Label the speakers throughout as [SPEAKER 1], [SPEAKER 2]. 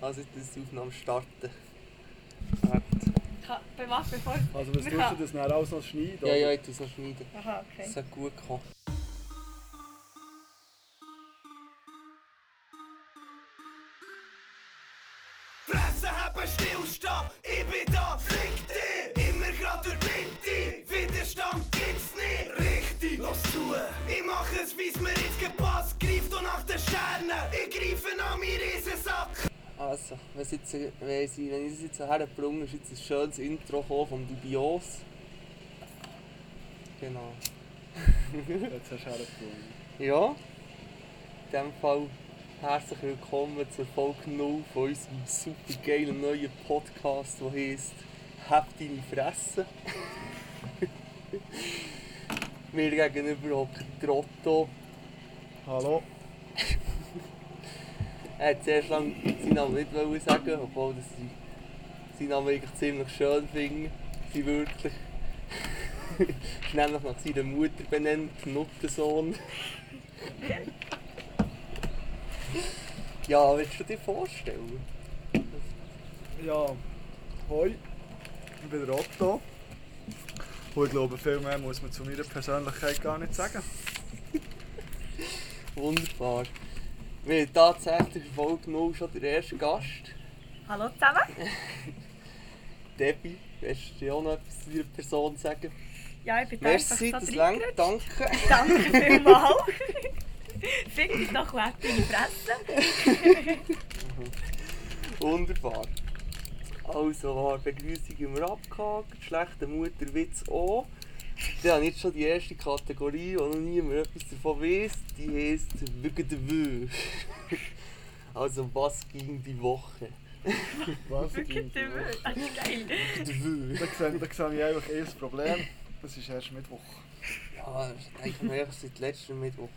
[SPEAKER 1] Also jetzt ist die Aufnahme starten.
[SPEAKER 2] Ka- Bei was? Bevor?
[SPEAKER 3] Also was
[SPEAKER 2] Wir
[SPEAKER 3] tust du
[SPEAKER 2] haben-
[SPEAKER 3] das dann alles noch schneiden?
[SPEAKER 1] Ja, ja, ich tue es noch schneiden.
[SPEAKER 2] Aha,
[SPEAKER 1] Es
[SPEAKER 2] okay.
[SPEAKER 1] sollte gut kommen.
[SPEAKER 4] Fresse haben, Stillstand, ich bin da, fick dich! Immer grad durch die Mitte, Widerstand gibt's nicht! Richtig, los zu! Ich mach es, wie's mir jetzt gepasst, greif doch nach den Sternen! Ich greife an meinen Riesensack!
[SPEAKER 1] Also, wenn es jetzt, wenn ich, wenn ich es jetzt hergebrungen ist jetzt ein schönes Intro gekommen vom Dubios. Genau.
[SPEAKER 3] Jetzt hast du hergefunden.
[SPEAKER 1] Ja, in diesem Fall herzlich willkommen zur Folge 0 von unserem super geilen neuen Podcast, der heisst «Hab deine Fresse». Mir gegenüber hockt der Otto.
[SPEAKER 3] Hallo?
[SPEAKER 1] Er hat zuerst lange seinen Namen nicht wollen sagen, obwohl das sie seinen Namen eigentlich ziemlich schön finden. Sie wirklich. ist nämlich nach seiner Mutter benannt, Nuttensohn. ja, willst du dir vorstellen?
[SPEAKER 3] Ja, hoi, ich bin der Otto. Und ich glaube, viel mehr muss man zu meiner Persönlichkeit gar nicht sagen.
[SPEAKER 1] Wunderbar. Wir haben tatsächlich in Folge 0 schon den ersten Gast.
[SPEAKER 2] Hallo zusammen.
[SPEAKER 1] Debbie, willst du dir auch noch etwas zu deiner Person sagen?
[SPEAKER 2] Ja, ich bin da einfach
[SPEAKER 1] Merci,
[SPEAKER 2] so
[SPEAKER 1] das
[SPEAKER 2] reingerutscht.
[SPEAKER 1] lange danke.
[SPEAKER 2] Danke vielmals. Fick dich doch weg, deine Fresse.
[SPEAKER 1] Wunderbar. Also war Begrüßung im abgehakt, schlechter Mutterwitz auch. Dann habe ich jetzt schon die erste Kategorie, die noch niemand etwas davon weiss. Die heisst «Wegen der Wö». Also «Was ging die Woche?»
[SPEAKER 3] Was?
[SPEAKER 2] Wirklich dümmer. Das ist geil.
[SPEAKER 1] «Wegen der Wö».
[SPEAKER 3] Da sehe, da sehe ich einfach eher eh das Problem. Das ist erst Mittwoch.
[SPEAKER 1] Ja, das ist eigentlich mehr als seit letztem Mittwoch.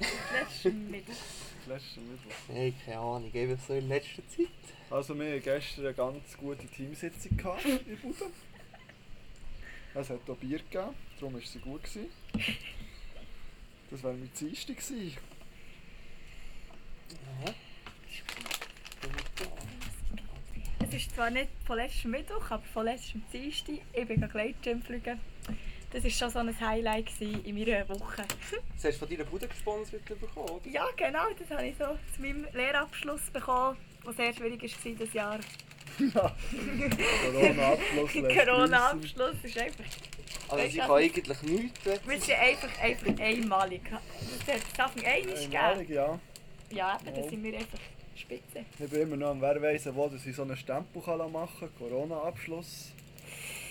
[SPEAKER 2] Letztes Mittwoch.
[SPEAKER 3] Das letzte Mittwoch.
[SPEAKER 1] Nein, keine Ahnung, einfach so in letzter Zeit.
[SPEAKER 3] Also wir hatten gestern eine ganz gute Teamsitzung gehabt in Bude. Es hat auch Bier gegeben, darum war sie gut. Gewesen. Das wäre mein Dienstag gewesen.
[SPEAKER 1] Aha.
[SPEAKER 2] Es ist zwar nicht von letztem Mittwoch, aber von letztem Dienstag. Ich bin gerade Gleitschirm fliegen. Das war schon so ein Highlight gewesen in meiner Woche.
[SPEAKER 1] Das hast du von deiner Bude gesponsert bekommen, oder?
[SPEAKER 2] Ja, genau, das habe ich so zu meinem Lehrabschluss bekommen, was sehr schwierig war dieses Jahr.
[SPEAKER 3] Corona-Abschluss. lässt
[SPEAKER 2] Corona-Abschluss ist einfach
[SPEAKER 1] Also
[SPEAKER 2] Weißt
[SPEAKER 1] ich
[SPEAKER 2] du,
[SPEAKER 1] kann eigentlich nichts.
[SPEAKER 2] Wir sind einfach, einfach einmalig. Das hat es einfach einmal
[SPEAKER 3] grüssen.
[SPEAKER 2] gegeben.
[SPEAKER 3] Einmalig, ja.
[SPEAKER 2] Ja, eben, da
[SPEAKER 3] Ja.
[SPEAKER 2] sind wir einfach spitze.
[SPEAKER 3] Ich bin immer noch am Werweisen, wo dass ich so einen Stempel kann machen kann. Corona-Abschluss.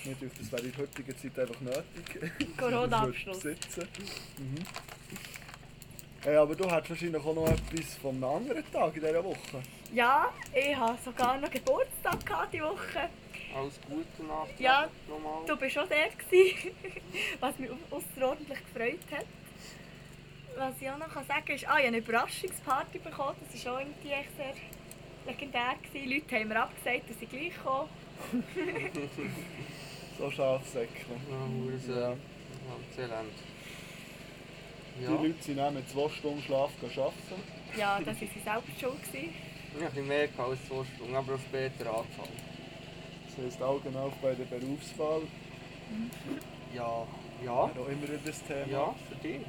[SPEAKER 3] Mir denke, das wäre in der heutigen Zeit einfach nötig.
[SPEAKER 2] Corona-Abschluss.
[SPEAKER 3] Besitzen. Mhm. Ey, aber du hättest wahrscheinlich auch noch etwas von einem anderen Tag in dieser Woche.
[SPEAKER 2] Ja, ich hatte sogar noch Geburtstag gehabt diese Woche.
[SPEAKER 1] Alles Gute Nacht.
[SPEAKER 2] Ja,
[SPEAKER 1] nochmal.
[SPEAKER 2] Du bist schon der, gewesen, was mich au- außerordentlich gefreut hat. Was ich auch noch sagen kann, ist, ah, ich habe eine Überraschungsparty bekommen. Das war auch irgendwie echt sehr legendär. Gewesen. Leute haben mir abgesagt, dass sie gleich kommen.
[SPEAKER 3] So Schafsäckchen.
[SPEAKER 1] Ja,
[SPEAKER 3] Ja.
[SPEAKER 1] Hurensohn. Ja, Elend. Ja,
[SPEAKER 3] Die Leute sind auch mit zwei Stunden Schlaf arbeiten.
[SPEAKER 2] Ja, das war sie selbst schuld. gewesen.
[SPEAKER 1] ich habe mehr gehabt als zwei Stunden, aber auch später angefangen.
[SPEAKER 3] Das heisst Augen auf bei der Berufswahl.
[SPEAKER 1] Ja,
[SPEAKER 3] Ah.
[SPEAKER 1] ja,
[SPEAKER 3] Auch immer wieder das Thema.
[SPEAKER 1] ja, für dich.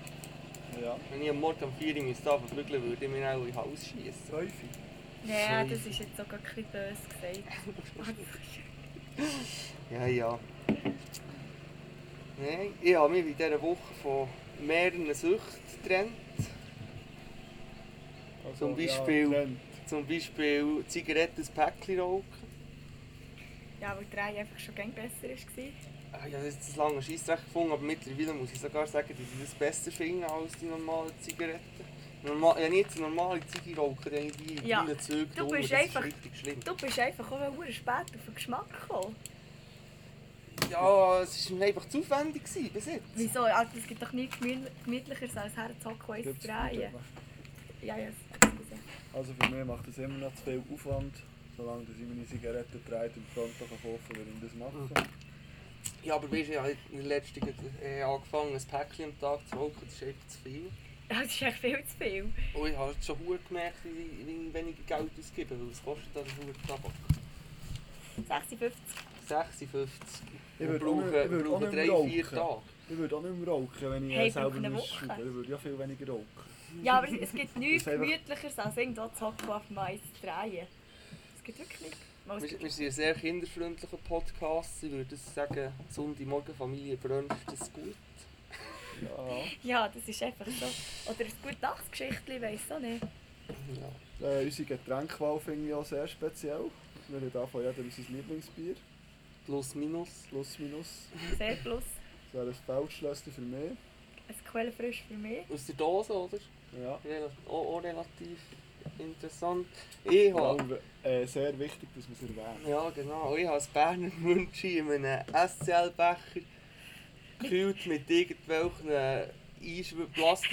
[SPEAKER 3] ja.
[SPEAKER 1] Wenn ich am Morgen um 4 Uhr müsste anfangen, würde ich mir auch in den Hals schießen.
[SPEAKER 3] Häufig.
[SPEAKER 2] Nein,
[SPEAKER 1] Sorry.
[SPEAKER 2] das ist jetzt sogar ein bisschen böse gesagt.
[SPEAKER 1] Ja, ja. Nein, ich habe mich in dieser Woche von mehreren Süchten getrennt.
[SPEAKER 3] Also,
[SPEAKER 1] Zum Beispiel-
[SPEAKER 3] Ja, Trend.
[SPEAKER 1] Zum Beispiel Zigaretten, ein Päckchen rauchen.
[SPEAKER 2] Ja, weil der Reihe einfach schon gern besser war.
[SPEAKER 1] Ah, Ich habe jetzt das lange Scheissdreck gefunden, aber mittlerweile muss ich sogar sagen, dass ich das besser finde als die normalen Zigaretten. Normal, wenn ich jetzt eine normale Zigarette rauche, dann habe ich die in
[SPEAKER 2] Ja,
[SPEAKER 1] drei Zügen
[SPEAKER 2] du
[SPEAKER 1] drunter.
[SPEAKER 2] bist
[SPEAKER 1] das
[SPEAKER 2] einfach-
[SPEAKER 1] ist richtig schlimm.
[SPEAKER 2] Du bist einfach auch sehr spät auf den Geschmack gekommen.
[SPEAKER 1] Ja, es war mir einfach zu aufwendig gewesen, bis jetzt.
[SPEAKER 2] Wieso? Also, es gibt doch nichts gemütl- gemütlicheres als herzocken und eins zu drehen. Ja, ja, das ist es.
[SPEAKER 3] Also für mich macht das immer noch zu viel Aufwand. Solange dass ich meine Zigaretten drehe und Pronto kaufen würde ich das machen.
[SPEAKER 1] Ja, aber weißt du, ich habe in der letzten Zeit, äh, angefangen, ein Päckchen am Tag zu rauchen, das ist einfach zu viel.
[SPEAKER 2] Ja, Das ist echt viel zu viel.
[SPEAKER 1] Und ich habe jetzt schon verdammt gemerkt, wie ich wie ich weniger Geld ausgebe, weil es kostet dann verdammt Tabak.
[SPEAKER 2] 56.
[SPEAKER 1] 56.
[SPEAKER 3] Ich
[SPEAKER 1] Und
[SPEAKER 3] würde auch
[SPEAKER 1] brauche,
[SPEAKER 3] nicht- ich würde auch
[SPEAKER 1] brauche
[SPEAKER 3] nicht
[SPEAKER 1] drei, vier
[SPEAKER 3] rauchen.
[SPEAKER 1] Tage.
[SPEAKER 3] Ich würde auch nicht mehr rauchen, wenn ich
[SPEAKER 2] Hey,
[SPEAKER 3] hey, selber
[SPEAKER 2] brauche eine
[SPEAKER 3] muss
[SPEAKER 2] Woche.
[SPEAKER 3] schrauben. Ich würde ja viel weniger rauchen.
[SPEAKER 2] Ja, aber es gibt nichts
[SPEAKER 3] Das ist einfach-
[SPEAKER 2] gemütlicheres als irgendwo zu hocken und auf dem Eis zu drehen. Es gibt wirklich nichts. Mal, es
[SPEAKER 1] Wir,
[SPEAKER 2] gibt-
[SPEAKER 1] wir sind ein sehr kinderfreundlicher Podcast. Ich würde sagen, Sonntagmorgen Familie Brunch, das ist gut.
[SPEAKER 3] Ja.
[SPEAKER 2] Ja, das ist einfach so. Oder ein gutes Nachtgeschichtchen, ich weiss auch nicht.
[SPEAKER 1] Ja.
[SPEAKER 3] Äh, unsere Getränkwahl finde ich auch sehr speziell. Wir haben davon jeder unser Lieblingsbier.
[SPEAKER 1] Plus, minus.
[SPEAKER 3] Plus, minus.
[SPEAKER 2] Sehr plus.
[SPEAKER 3] Das wäre ein Feldschlössli für mich.
[SPEAKER 2] Ein Quellenfrisch für mich.
[SPEAKER 1] Aus der Dose, oder?
[SPEAKER 3] Ja.
[SPEAKER 1] Rel auch, auch relativ interessant. Ich
[SPEAKER 3] Vor
[SPEAKER 1] habe,
[SPEAKER 3] allem, äh, sehr wichtig, dass man es erwähnt.
[SPEAKER 1] ja genau, ich habe das Berner Münchi in einem SCL-Becher gekühlt mit irgendwelchen Einschw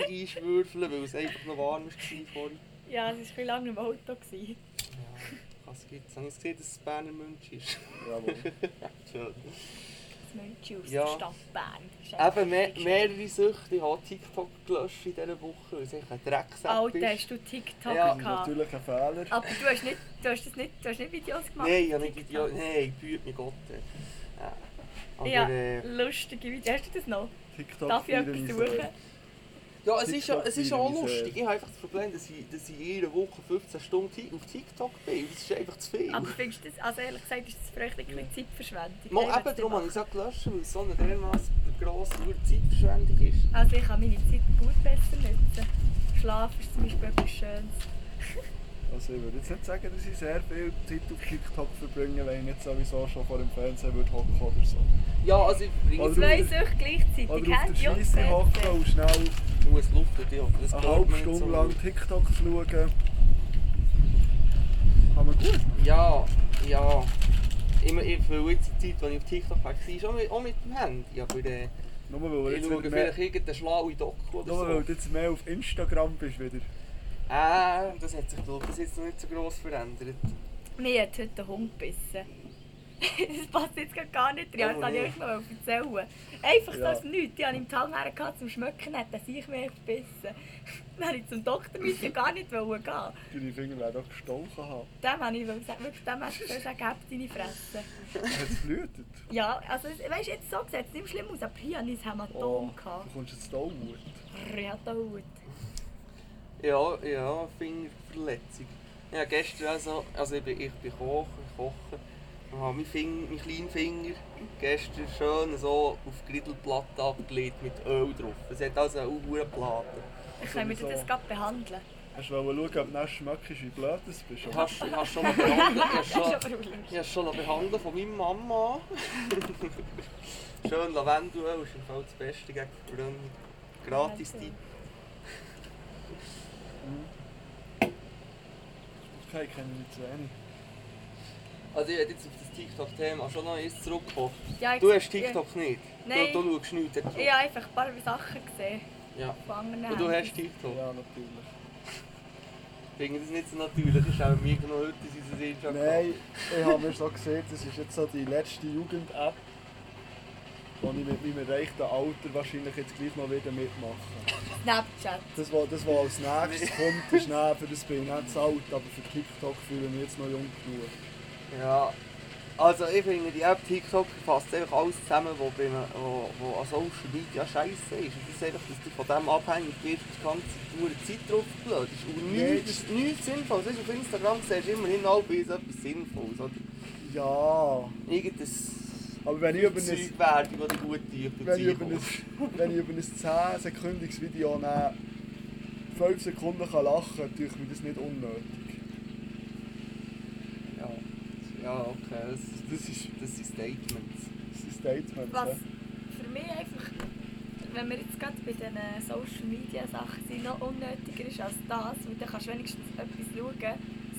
[SPEAKER 1] Plastik-Einschwürfeln, weil es einfach noch warm war vorhin.
[SPEAKER 2] Ja, es war viel lange im Auto. gewesen.
[SPEAKER 1] Ja, was gibt's? Haben Sie gesehen, dass es Berner Münchi ist?
[SPEAKER 3] Jawohl.
[SPEAKER 1] Schön.
[SPEAKER 2] Das Mönchchen aus
[SPEAKER 1] Ja.
[SPEAKER 2] der Stadt Bern. Das ist einfach
[SPEAKER 1] Eben mehr,
[SPEAKER 2] richtig
[SPEAKER 1] mehrere Süchte. Ich habe TikTok gelöscht in dieser Woche, weil es echt ein
[SPEAKER 2] schön.
[SPEAKER 1] Drecksack
[SPEAKER 2] Alter,
[SPEAKER 1] ist.
[SPEAKER 2] hast du TikTok
[SPEAKER 1] Ja.
[SPEAKER 3] Das ist
[SPEAKER 2] gehabt?
[SPEAKER 3] natürlich ein Fehler.
[SPEAKER 2] Aber du hast, nicht, du, hast das nicht, du hast nicht Videos gemacht?
[SPEAKER 1] Nein, ich
[SPEAKER 2] auf
[SPEAKER 1] habe nicht
[SPEAKER 2] TikTok?
[SPEAKER 1] Idiot. Nein, büht mich Gott. ey. Ja. Aber,
[SPEAKER 2] Ja,
[SPEAKER 1] äh,
[SPEAKER 2] lustige Videos. Hast du das noch?
[SPEAKER 3] TikTok eh,
[SPEAKER 2] Darf ich
[SPEAKER 3] feiere
[SPEAKER 2] etwas
[SPEAKER 3] ich
[SPEAKER 2] suchen?
[SPEAKER 1] Ja, es ist ja,
[SPEAKER 3] TikTok
[SPEAKER 1] es ist ja auch
[SPEAKER 3] feiere ich sehr.
[SPEAKER 1] lustig. Ich habe einfach das Problem, dass ich, dass ich jede Woche 15 Stunden ti- auf TikTok bin. Das ist einfach zu viel.
[SPEAKER 2] Aber findest du das, also ehrlich gesagt, ist das vielleicht ein bisschen Zeitverschwendung.
[SPEAKER 1] Mal
[SPEAKER 2] Nein, ich
[SPEAKER 1] eben
[SPEAKER 2] würd's
[SPEAKER 1] darum
[SPEAKER 2] nicht
[SPEAKER 1] habe ich es auch gelöscht, weil es so eine dermaßen grosse Uhr Zeitverschwendung ist.
[SPEAKER 2] machen. Also ich kann meine Zeit gut besser nutzen. Schlaf ist zum Beispiel etwas Schönes.
[SPEAKER 3] Also ich würde jetzt nicht sagen, dass ich sehr viel Zeit auf TikTok verbringe, wenn ich nicht sowieso schon vor dem Fernseher würde hocken oder so.
[SPEAKER 1] Ja, also ich verbringe
[SPEAKER 3] Oder-
[SPEAKER 1] es
[SPEAKER 2] Zwei Sucht gleichzeitig.
[SPEAKER 3] Oder auf der
[SPEAKER 2] Handy und
[SPEAKER 3] Scheisse hocken
[SPEAKER 2] Fernsehen.
[SPEAKER 3] und schnell
[SPEAKER 1] nur das Luft und ich hoffe, das
[SPEAKER 3] eine
[SPEAKER 1] glaubt
[SPEAKER 3] halbe
[SPEAKER 1] man nicht
[SPEAKER 3] Stunde
[SPEAKER 1] so
[SPEAKER 3] lang TikTok zu schauen. Aber gut.
[SPEAKER 1] gut. Ja, ja. Ich, meine, ich weil jetzt die Zeit, als ich auf TikTok war, war auch mit, auch mit dem Handy. Aber äh,
[SPEAKER 3] Nur weil du
[SPEAKER 1] ich
[SPEAKER 3] jetzt
[SPEAKER 1] schaue
[SPEAKER 3] wieder mehr,
[SPEAKER 1] vielleicht irgendeine schlaue Doku oder
[SPEAKER 3] nur weil
[SPEAKER 1] so.
[SPEAKER 3] du jetzt mehr auf Instagram bist wieder.
[SPEAKER 1] Äh, das hat sich glaube ich bis jetzt noch nicht so gross verändert.
[SPEAKER 2] Mir hat heute ein Hund gebissen. das passt jetzt gerade gar nicht rein,
[SPEAKER 1] Oh,
[SPEAKER 2] das wollte ich
[SPEAKER 1] nee.
[SPEAKER 2] euch noch erzählen. Einfach so
[SPEAKER 3] Ja.
[SPEAKER 2] als nichts. Ich hatte im Tal her gehabt, zum Schmöcken, hat er sich mir gebissen. Dann wollte ich zum Doktor müssen, gar nicht wollen gehen.
[SPEAKER 3] Deine Finger werden auch gestochen haben.
[SPEAKER 2] Dem habe ich gesagt, wirklich, dem hätte ich gesagt, gib deine Fresse.
[SPEAKER 3] Hat es blutet?
[SPEAKER 2] Ja, also weißt du, jetzt so gesagt, es sieht nicht schlimm aus, aber hier hatte ich ein Hämatom.
[SPEAKER 3] Oh,
[SPEAKER 1] Oh.
[SPEAKER 3] du kommst jetzt da Wut.
[SPEAKER 2] Brrr, ich hatte Haut.
[SPEAKER 1] Ja, ja, Fingerverletzung. Ja, gestern also, also ich bin, ich bin Koch, ich koche. Ich habe meinen, Finger, meinen kleinen Finger gestern schön so auf die Griddleplatte abgelegt mit Öl drauf. Es hat also eine Uhrenplatte.
[SPEAKER 2] Dann können wir das gerade behandeln.
[SPEAKER 3] Hast du wollen schauen, ob du dann schmeckst, wie blöd das bist?
[SPEAKER 1] Ich
[SPEAKER 3] oder?
[SPEAKER 1] habe ich habe schon mal behandelt, ich habe
[SPEAKER 2] Das ist
[SPEAKER 1] schon,
[SPEAKER 2] aber lustig.
[SPEAKER 1] ich habe schon noch behandelt von meiner Mama. schön Lavendelöl ist im Fall das Beste gegen Verbrennung. Gratis-Tipp.
[SPEAKER 3] Hm. Okay, ich kenne mich zu wenig.
[SPEAKER 1] Also ich werde jetzt auf das TikTok-Thema schon noch eins zurückkommen.
[SPEAKER 2] Ja, ich-
[SPEAKER 1] Du hast TikTok nicht?
[SPEAKER 2] Nein.
[SPEAKER 1] Du, du schaust nichts dazu?
[SPEAKER 2] Ich, ich habe einfach ein paar Sachen gesehen
[SPEAKER 1] Ja.
[SPEAKER 2] von anderen
[SPEAKER 1] Und du
[SPEAKER 2] Handys.
[SPEAKER 1] hast TikTok?
[SPEAKER 3] Ja, natürlich.
[SPEAKER 1] Ich finde das nicht so natürlich, das ist auch mir noch heute in unserer Seelenschaft.
[SPEAKER 3] Nein, ich habe mir so gesehen, das ist jetzt so die letzte Jugend-App, die ich mit meinem erreichten Alter wahrscheinlich jetzt gleich mal wieder mitmache.
[SPEAKER 2] Snapchat.
[SPEAKER 3] Das, was das, was als nächstes kommt, ist näher, für das bin ich nicht zu alt, aber für TikTok fühle ich mich jetzt noch jung genug.
[SPEAKER 1] Ja. Also ich finde, die App TikTok fasst einfach alles zusammen, was bei einem- wo, wo an Social Media scheiße ist. Und das ist einfach, dass du von dem abhängig wirst, die ganze pure Zeit drauf blöd ist. Und
[SPEAKER 3] Nein,
[SPEAKER 1] nichts, nichts Sinnvolles. Weißt, du, auf Instagram siehst du immerhin auch bei uns etwas Sinnvolles. Oder
[SPEAKER 3] Ja, aber
[SPEAKER 1] irgendein
[SPEAKER 3] wenn ich über ein,
[SPEAKER 1] Zeug werden, das du gut tust.
[SPEAKER 3] wenn ich über ein, wenn ich über ein 10-sekündiges Video nach 5 Sekunden kann lachen kann, tue ich mir das nicht unnötig.
[SPEAKER 1] Ja. ja, okay. Das,
[SPEAKER 3] Das ist,
[SPEAKER 1] das sind Statements.
[SPEAKER 3] das ist ein Statement.
[SPEAKER 2] Was
[SPEAKER 3] ja.
[SPEAKER 2] für mich einfach, wenn wir jetzt gerade bei diesen Social Media Sachen sind, noch unnötiger ist als das, weil dann kannst du wenigstens etwas schauen,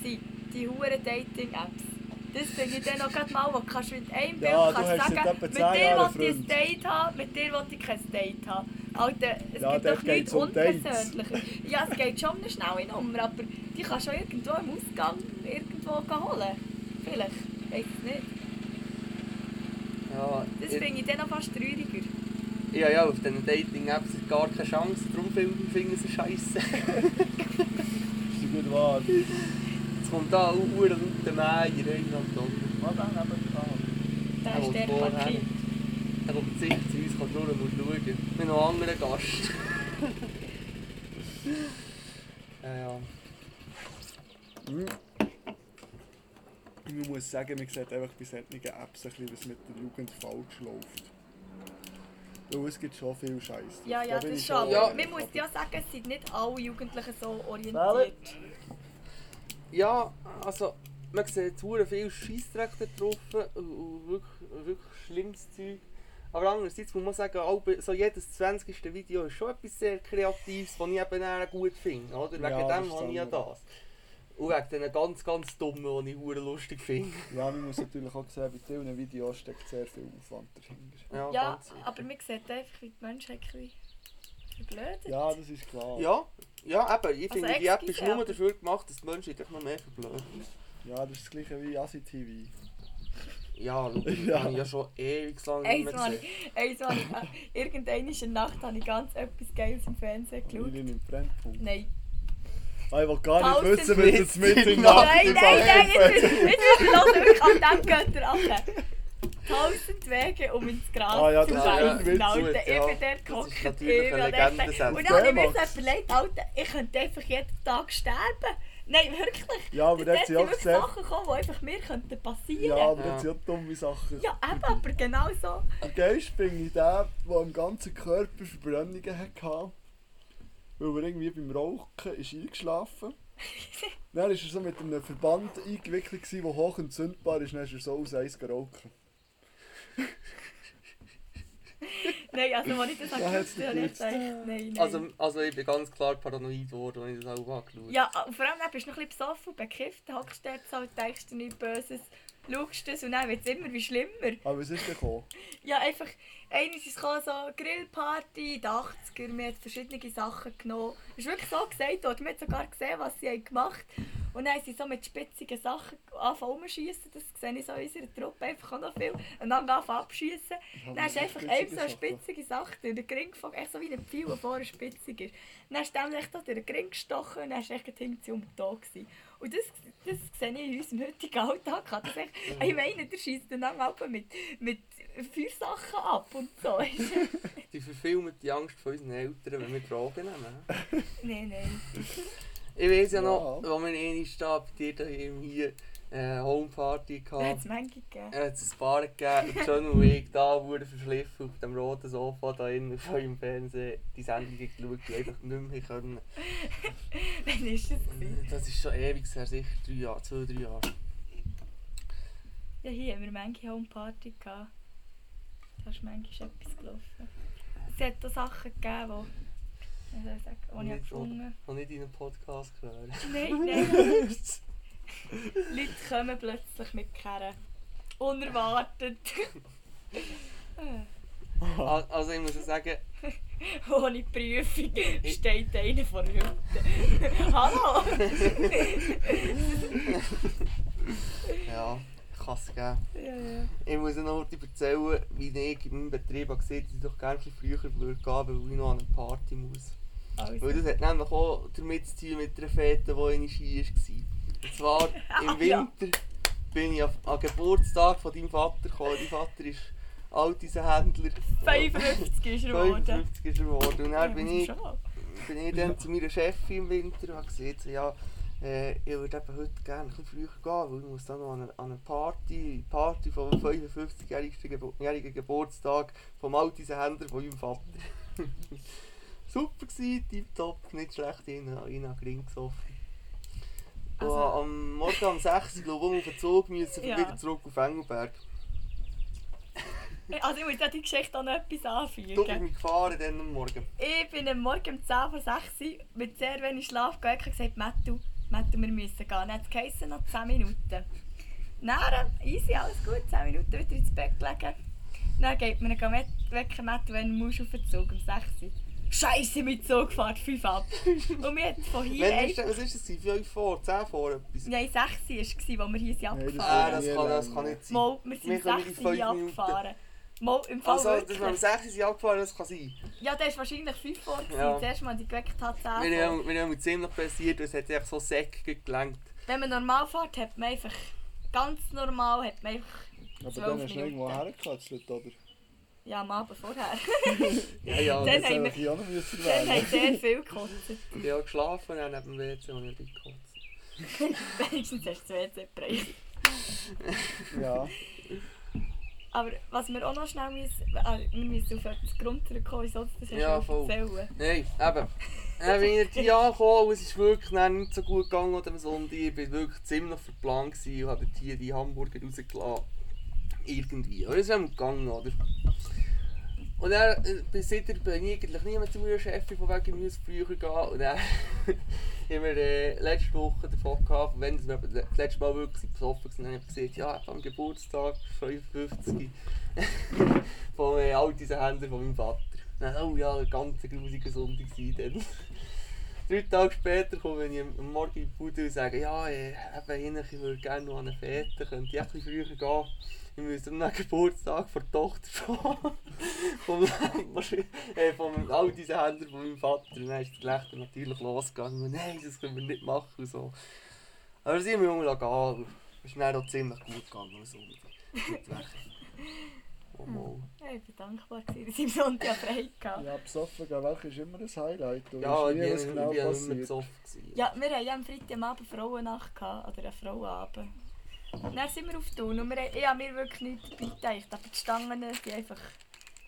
[SPEAKER 2] sind die huren Dating Apps. Das finde ich dann auch gerade mal, wo du kannst mit einem Bild
[SPEAKER 3] Ja, du
[SPEAKER 2] kannst
[SPEAKER 3] hast seit
[SPEAKER 2] sagen,
[SPEAKER 3] etwa
[SPEAKER 2] mit
[SPEAKER 3] 10 Jahren
[SPEAKER 2] dir will ich ein
[SPEAKER 3] Freund.
[SPEAKER 2] Date haben, mit dir will ich kein Date haben. Alter, es
[SPEAKER 3] Ja,
[SPEAKER 2] gibt
[SPEAKER 3] dort
[SPEAKER 2] doch
[SPEAKER 3] geht's
[SPEAKER 2] nichts
[SPEAKER 3] um Dates.
[SPEAKER 2] unpersönlicher. Ja, es geht schon um eine schnelle Nummer, aber die kannst du auch irgendwo im Ausgang irgendwo holen. Vielleicht, weiß es nicht.
[SPEAKER 1] Ja,
[SPEAKER 2] Das
[SPEAKER 1] ich-
[SPEAKER 2] finde ich dann auch fast trauriger.
[SPEAKER 1] Ja, ja, auf diesen Dating-Apps hat gar keine Chance, darum finden finden sie scheiße.
[SPEAKER 3] Ist die gut wahr?
[SPEAKER 1] Jetzt kommt da ein Uhr und der Meier, ein Anton.
[SPEAKER 3] Mal da neben dran.
[SPEAKER 2] Da
[SPEAKER 1] Ja,
[SPEAKER 2] ist der
[SPEAKER 1] vorher.
[SPEAKER 2] Partie.
[SPEAKER 1] Er kommt sicher zu uns, kann nur muss schauen. Wir haben noch einen anderen Gast. ja, Äh, ja.
[SPEAKER 3] Ich muss sagen, man sieht einfach bei solchen Apps ein bisschen, was mit der Jugend falsch läuft. Weil es gibt schon viel Scheiße.
[SPEAKER 2] Ja, ja, das ist schon.
[SPEAKER 1] Ja.
[SPEAKER 2] Aber man muss ja sagen, es sind nicht alle Jugendlichen so orientiert.
[SPEAKER 1] Ja, also man sieht hure viel Scheissdreck da drauf und- und wirklich, wirklich schlimmes Zeug. Aber andererseits muss man sagen, alle- so jedes 20. Video ist schon etwas sehr Kreatives, das ich eben eher gut finde. Oder? Wegen
[SPEAKER 3] Ja, das
[SPEAKER 1] dem
[SPEAKER 3] ist
[SPEAKER 1] habe ich ja
[SPEAKER 3] anders.
[SPEAKER 1] das. Und wegen diesen ganz, ganz dummen, die ich hure lustig finde.
[SPEAKER 3] Ja, man muss natürlich auch sehen, bei diesen Videos steckt sehr viel Aufwand dahinter.
[SPEAKER 1] Ja,
[SPEAKER 2] Ja,
[SPEAKER 1] ganz sicher.
[SPEAKER 2] aber man sieht einfach, wie die Menschen ein bisschen verblödet.
[SPEAKER 3] Ja, das ist klar.
[SPEAKER 1] ja, ja, eben, ich
[SPEAKER 2] Also,
[SPEAKER 1] finde, die App ist
[SPEAKER 2] excuse,
[SPEAKER 1] nur
[SPEAKER 2] aber-
[SPEAKER 1] dafür gemacht, dass die Menschen dich noch mehr verblöden.
[SPEAKER 3] Ja, das ist das gleiche wie AsiTV.
[SPEAKER 1] Ja, schau, das
[SPEAKER 3] Ja.
[SPEAKER 1] habe ich ja schon ewig lang nicht
[SPEAKER 2] Eins
[SPEAKER 1] mehr
[SPEAKER 2] mal,
[SPEAKER 1] gesehen.
[SPEAKER 2] eins mal, äh, irgendeine in der Nacht habe ich ganz etwas Geiles im Fernsehen
[SPEAKER 3] Ich
[SPEAKER 2] geschaut.
[SPEAKER 3] bin im Brennpunkt.
[SPEAKER 2] Nein.
[SPEAKER 3] Ah, ich will gar
[SPEAKER 2] Tausend
[SPEAKER 3] nicht wissen, wenn das mit in
[SPEAKER 1] Witze.
[SPEAKER 3] Nacht
[SPEAKER 2] Nein, nein,
[SPEAKER 3] im
[SPEAKER 2] nein,
[SPEAKER 3] Brennpunkt-
[SPEAKER 2] jetzt jetzt ist los, wirklich an dem geht er ab. Tausend Wege, um ins Gras
[SPEAKER 3] Ah, ja,
[SPEAKER 2] zu
[SPEAKER 3] das
[SPEAKER 1] ist
[SPEAKER 2] fallen.
[SPEAKER 1] ein
[SPEAKER 3] Witz,
[SPEAKER 2] Alter,
[SPEAKER 1] gut,
[SPEAKER 2] ich
[SPEAKER 1] ja.
[SPEAKER 2] bin der
[SPEAKER 1] Das
[SPEAKER 2] gehockt.
[SPEAKER 1] ist
[SPEAKER 2] ich
[SPEAKER 1] natürlich
[SPEAKER 2] bin
[SPEAKER 1] eine
[SPEAKER 2] dort-
[SPEAKER 1] Legendensendung.
[SPEAKER 2] Und dann habe ich mir
[SPEAKER 3] Max.
[SPEAKER 2] so überlegt, Alter, ich könnte einfach jeden Tag sterben. Nein, wirklich.
[SPEAKER 3] Ja, aber dort
[SPEAKER 2] Dort
[SPEAKER 3] sind auch
[SPEAKER 2] wirklich
[SPEAKER 3] sehr...
[SPEAKER 2] Sachen gekommen, die einfach mir könnten
[SPEAKER 3] Ja,
[SPEAKER 2] passieren.
[SPEAKER 3] aber
[SPEAKER 1] Ja.
[SPEAKER 3] dort sind auch dumme Sachen.
[SPEAKER 2] Ja, nou eben, aber genau so.
[SPEAKER 3] Der Geist bin ich der, der am ganzen Körper Verbrennungen hatte. Weil er irgendwie beim Rauchen ist eingeschlafen Dann war er so mit einem Verband eingewickelt, gewesen, der hoch entzündbar ist. Dann ist er so aus Eis geraucht.
[SPEAKER 2] Nein, also wenn ich das
[SPEAKER 3] Ja, hat's
[SPEAKER 2] angeschaut habe, habe ich
[SPEAKER 3] nicht
[SPEAKER 2] gedacht, nein, nein.
[SPEAKER 1] Also, also ich bin ganz klar paranoid geworden, als ich das auch angeschaut habe.
[SPEAKER 2] ja, und vor allem dann bist du noch ein bisschen besoffen, bekifft, dann hockst du dort so und denkst dir nichts Böses, schaust es und dann wird es immer wie schlimmer.
[SPEAKER 3] Aber es ist gekommen.
[SPEAKER 2] Ja, einfach, eines ist gekommen, so Grillparty in den 80er, man hat verschiedene Sachen genommen. Es ist wirklich so gesagt worden, man hat sogar gesehen, was sie haben gemacht Und dann haben sie so mit spitzigen Sachen angefangen rumschiessen, das sehe ich so in unserer Truppe einfach auch noch viel. Und dann angefangen abschiessen. Dann Oh, ist einfach eben so eine spitzige Sache durch den Ring gefangen, echt so wie ein Pfeil, der vorne spitzig ist. Dann ist dem echt durch den Ring gestochen und dann ist echt hinten um tot gewesen. Und das, das sehe ich in unserem heutigen Alltag. Das echt, ich meine, der schießt dann auch ab mit, mit Feuersachen ab und so.
[SPEAKER 1] Die verfilmen die Angst von unseren Eltern, wenn wir Drogen nehmen. hä?
[SPEAKER 2] nein, nein.
[SPEAKER 1] Ich weiß ja
[SPEAKER 3] Ja.
[SPEAKER 1] noch, als wir einmal da bei dir daheim hier äh, Homeparty
[SPEAKER 2] Da hat es
[SPEAKER 1] hatten.
[SPEAKER 2] manchmal gegeben.
[SPEAKER 1] Er hat es ein paar gegeben und John und ich da wurden verschliffen auf dem roten Sofa da innen auf eurem Fernsehen die Sendung geschaut, die einfach nicht mehr können.
[SPEAKER 2] Wann war das? Gewesen?
[SPEAKER 1] Das ist schon ewig her, sicher drei Jahre, zwei, drei Jahre.
[SPEAKER 2] Ja, hier haben wir manchmal Homeparty gehabt. Da ist manchmal etwas gelaufen. Es hat da Sachen gegeben, die, wie soll ich sagen, die ich
[SPEAKER 1] Nicht
[SPEAKER 2] habe gefunden habe.
[SPEAKER 1] Habe nicht in einem Podcast gehört.
[SPEAKER 2] Nein, nein. Leute kommen plötzlich mit Kerren. Unerwartet.
[SPEAKER 1] Al- Also ich muss ja sagen,
[SPEAKER 2] Ohne Prüfung steht einer vor der Hütte. Hallo!
[SPEAKER 1] ja, kann es geben.
[SPEAKER 2] ja, ja.
[SPEAKER 1] Ich muss noch kurz erzählen, wie ich in meinem Betrieb habe gesehen, dass ich doch gerne ein bisschen früher würde gehen würde, weil ich noch an eine Party muss. Weil
[SPEAKER 2] Also.
[SPEAKER 1] das hat nämlich auch damit zu tun mit der Fete, die in Ski war. Und zwar im
[SPEAKER 2] Ah, ja.
[SPEAKER 1] Winter bin ich auf- am Geburtstag von deinem Vater gekommen. Dein Vater ist Altisenhändler.
[SPEAKER 2] 55 ist er geworden.
[SPEAKER 1] 55 ist er geworden. Und dann bin ich,
[SPEAKER 2] Schon mal.
[SPEAKER 1] bin ich dann zu meiner Chefin im Winter und habe gesagt, so, ja, äh, ich würde eben heute gerne ein bisschen früher gehen, weil ich muss dann noch an eine, an eine Party, Party vom 55-jährigen Gebo jährigen Geburtstag vom Altisenhändler von meinem Vater. Super gsi, tipptopp, nicht schlecht, ich habe ihn gering gesoffen. Und
[SPEAKER 2] Also-
[SPEAKER 1] habe am Morgen um 6 Uhr, glaube ich, auf den Zug müssen,
[SPEAKER 2] Ja.
[SPEAKER 1] wieder zurück auf Engelberg.
[SPEAKER 2] Also ich muss ja die Geschichte auch noch etwas
[SPEAKER 1] Du bist
[SPEAKER 2] anfügen.
[SPEAKER 1] mich gefahren dann am Morgen.
[SPEAKER 2] Ich bin am Morgen um 10 vor 6 Uhr mit sehr wenig Schlaf geweckt und gesagt, Mattu, Mattu, wir müssen gehen. Dann hat es geheißen, noch 10 Minuten. Dann, easy, alles gut, 10 Minuten wieder ins Bett legen. Dann geht man ihn wecken, Mattu, wenn du musst, auf den Zug um 6 Uhr. Scheiße, mein Zug fährt 5 ab. Und wir hatten von hier
[SPEAKER 1] Wann ist
[SPEAKER 2] ein...
[SPEAKER 1] das, was war das? 5 vor? 10 vor etwas?
[SPEAKER 2] Nein, 6 Uhr war es, wo wir hier sind
[SPEAKER 3] das
[SPEAKER 2] abgefahren
[SPEAKER 1] Ah,
[SPEAKER 2] sind.
[SPEAKER 1] das kann, das kann nicht sein.
[SPEAKER 2] Mal, wir
[SPEAKER 1] Wir
[SPEAKER 2] sind
[SPEAKER 1] können in
[SPEAKER 2] 6 Uhr
[SPEAKER 1] fünf
[SPEAKER 2] hier
[SPEAKER 1] Minuten.
[SPEAKER 2] abgefahren. Mal im Fall
[SPEAKER 1] Also, um dass
[SPEAKER 2] wirklich.
[SPEAKER 1] wir am 6 Uhr sind abgefahren, das kann sein.
[SPEAKER 2] Ja, der ist wahrscheinlich 5 vor. gewesen.
[SPEAKER 1] Ja.
[SPEAKER 2] Das erste Mal die geweckt hat. zehn
[SPEAKER 1] Wir
[SPEAKER 2] vor.
[SPEAKER 1] haben, wir haben mit ziemlich passiert und es hat einfach so säckig gelangt.
[SPEAKER 2] Wenn man normal fährt, hat man einfach ganz normal, hat man einfach,
[SPEAKER 3] Aber
[SPEAKER 2] Zwölf
[SPEAKER 3] dann hast du
[SPEAKER 2] Minuten.
[SPEAKER 3] irgendwo hergekatzelt, oder?
[SPEAKER 2] ja, am Abend vorher.
[SPEAKER 1] Ja, ja,
[SPEAKER 2] Dann
[SPEAKER 1] und
[SPEAKER 3] Das
[SPEAKER 2] haben
[SPEAKER 3] hätte
[SPEAKER 2] wir-
[SPEAKER 3] ich auch noch müssen
[SPEAKER 2] Dann
[SPEAKER 3] wählen.
[SPEAKER 2] haben sehr viel gekostet.
[SPEAKER 1] ich habe geschlafen und dann neben dem WC und ich gekotzt.
[SPEAKER 2] Wenigstens hast du zwei Preis.
[SPEAKER 3] Ja.
[SPEAKER 2] Aber was wir auch noch schnell müssen, ah, wir müssen auf etwas runterkommen, wieso du das hast
[SPEAKER 1] Ja,
[SPEAKER 2] du
[SPEAKER 1] voll.
[SPEAKER 2] erzählen.
[SPEAKER 1] Nein, eben. Äh, Dann bin ich hier angekommen und es ist wirklich dann nicht so gut gegangen an diesem Sonntag. Ich war wirklich ziemlich verplant gewesen und habe hier die Hamburger rausgelassen. Irgendwie. Aber es ist auch gegangen, oder? Und dann, äh, bis seitdem bin ich eigentlich nie mehr zu meiner Chefin, von wegen, ich muss früher gehen. Und dann haben wir äh, letzte Woche davon gehabt, wenn wir aber das letzte Mal wirklich besoffen waren, dann habe ich gesagt, ja, ich habe am Geburtstag, 55. von äh, all diesen Händen von meinem Vater. Dann, oh ja, ein ganz grusiger Sonntag war dann. Drei Tage später komme ich am Morgen in die Bude und sage, ja, äh, eben, Hinrich, ich würde gerne noch an eine Fete, könnte ich ein bisschen früher gehen. Ich müsste am Geburtstag von der Tochter fahren. vom Leitmaschine- äh, von all diesen Händen von meinem Vater. Und dann ist der Lächter natürlich losgegangen. Und, Nein, das können wir nicht machen. Und so. Aber sie haben mich umgelassen. Es ist dann auch ziemlich gut gegangen am Sonntag. Mit Weg. Oh, mal.
[SPEAKER 2] Ja, ich bin dankbar, gewesen, dass ich am Sonntag frei hatte.
[SPEAKER 3] Ja, besoffen gehen, welches ist immer ein Highlight. Und
[SPEAKER 1] Ja,
[SPEAKER 3] ja,
[SPEAKER 1] ich
[SPEAKER 3] nie was
[SPEAKER 1] war
[SPEAKER 3] genau
[SPEAKER 1] genau immer
[SPEAKER 3] passiert.
[SPEAKER 1] besoffen. gewesen.
[SPEAKER 2] Ja, wir hatten ja am Freitagabend Frauennacht gehabt, oder einen Frauenabend. Dann sind wir auf Thun und wir, haben- ich habe mir wirklich nichts dabei gedacht, aber die Stangen die sind einfach,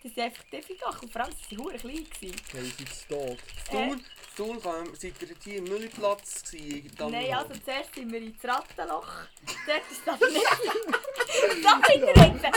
[SPEAKER 2] die sind einfach deftig und vor allem sie waren sie verdammt klein. gewesen.
[SPEAKER 3] Okay, sie sind tot.
[SPEAKER 2] Äh,
[SPEAKER 1] Thun, Thun kam, seid ihr hier im Müllplatz gewesen? Dann
[SPEAKER 2] Nein, also zuerst sind wir ins Rattenloch. Dort ist das nicht. da bin ich drin. Dort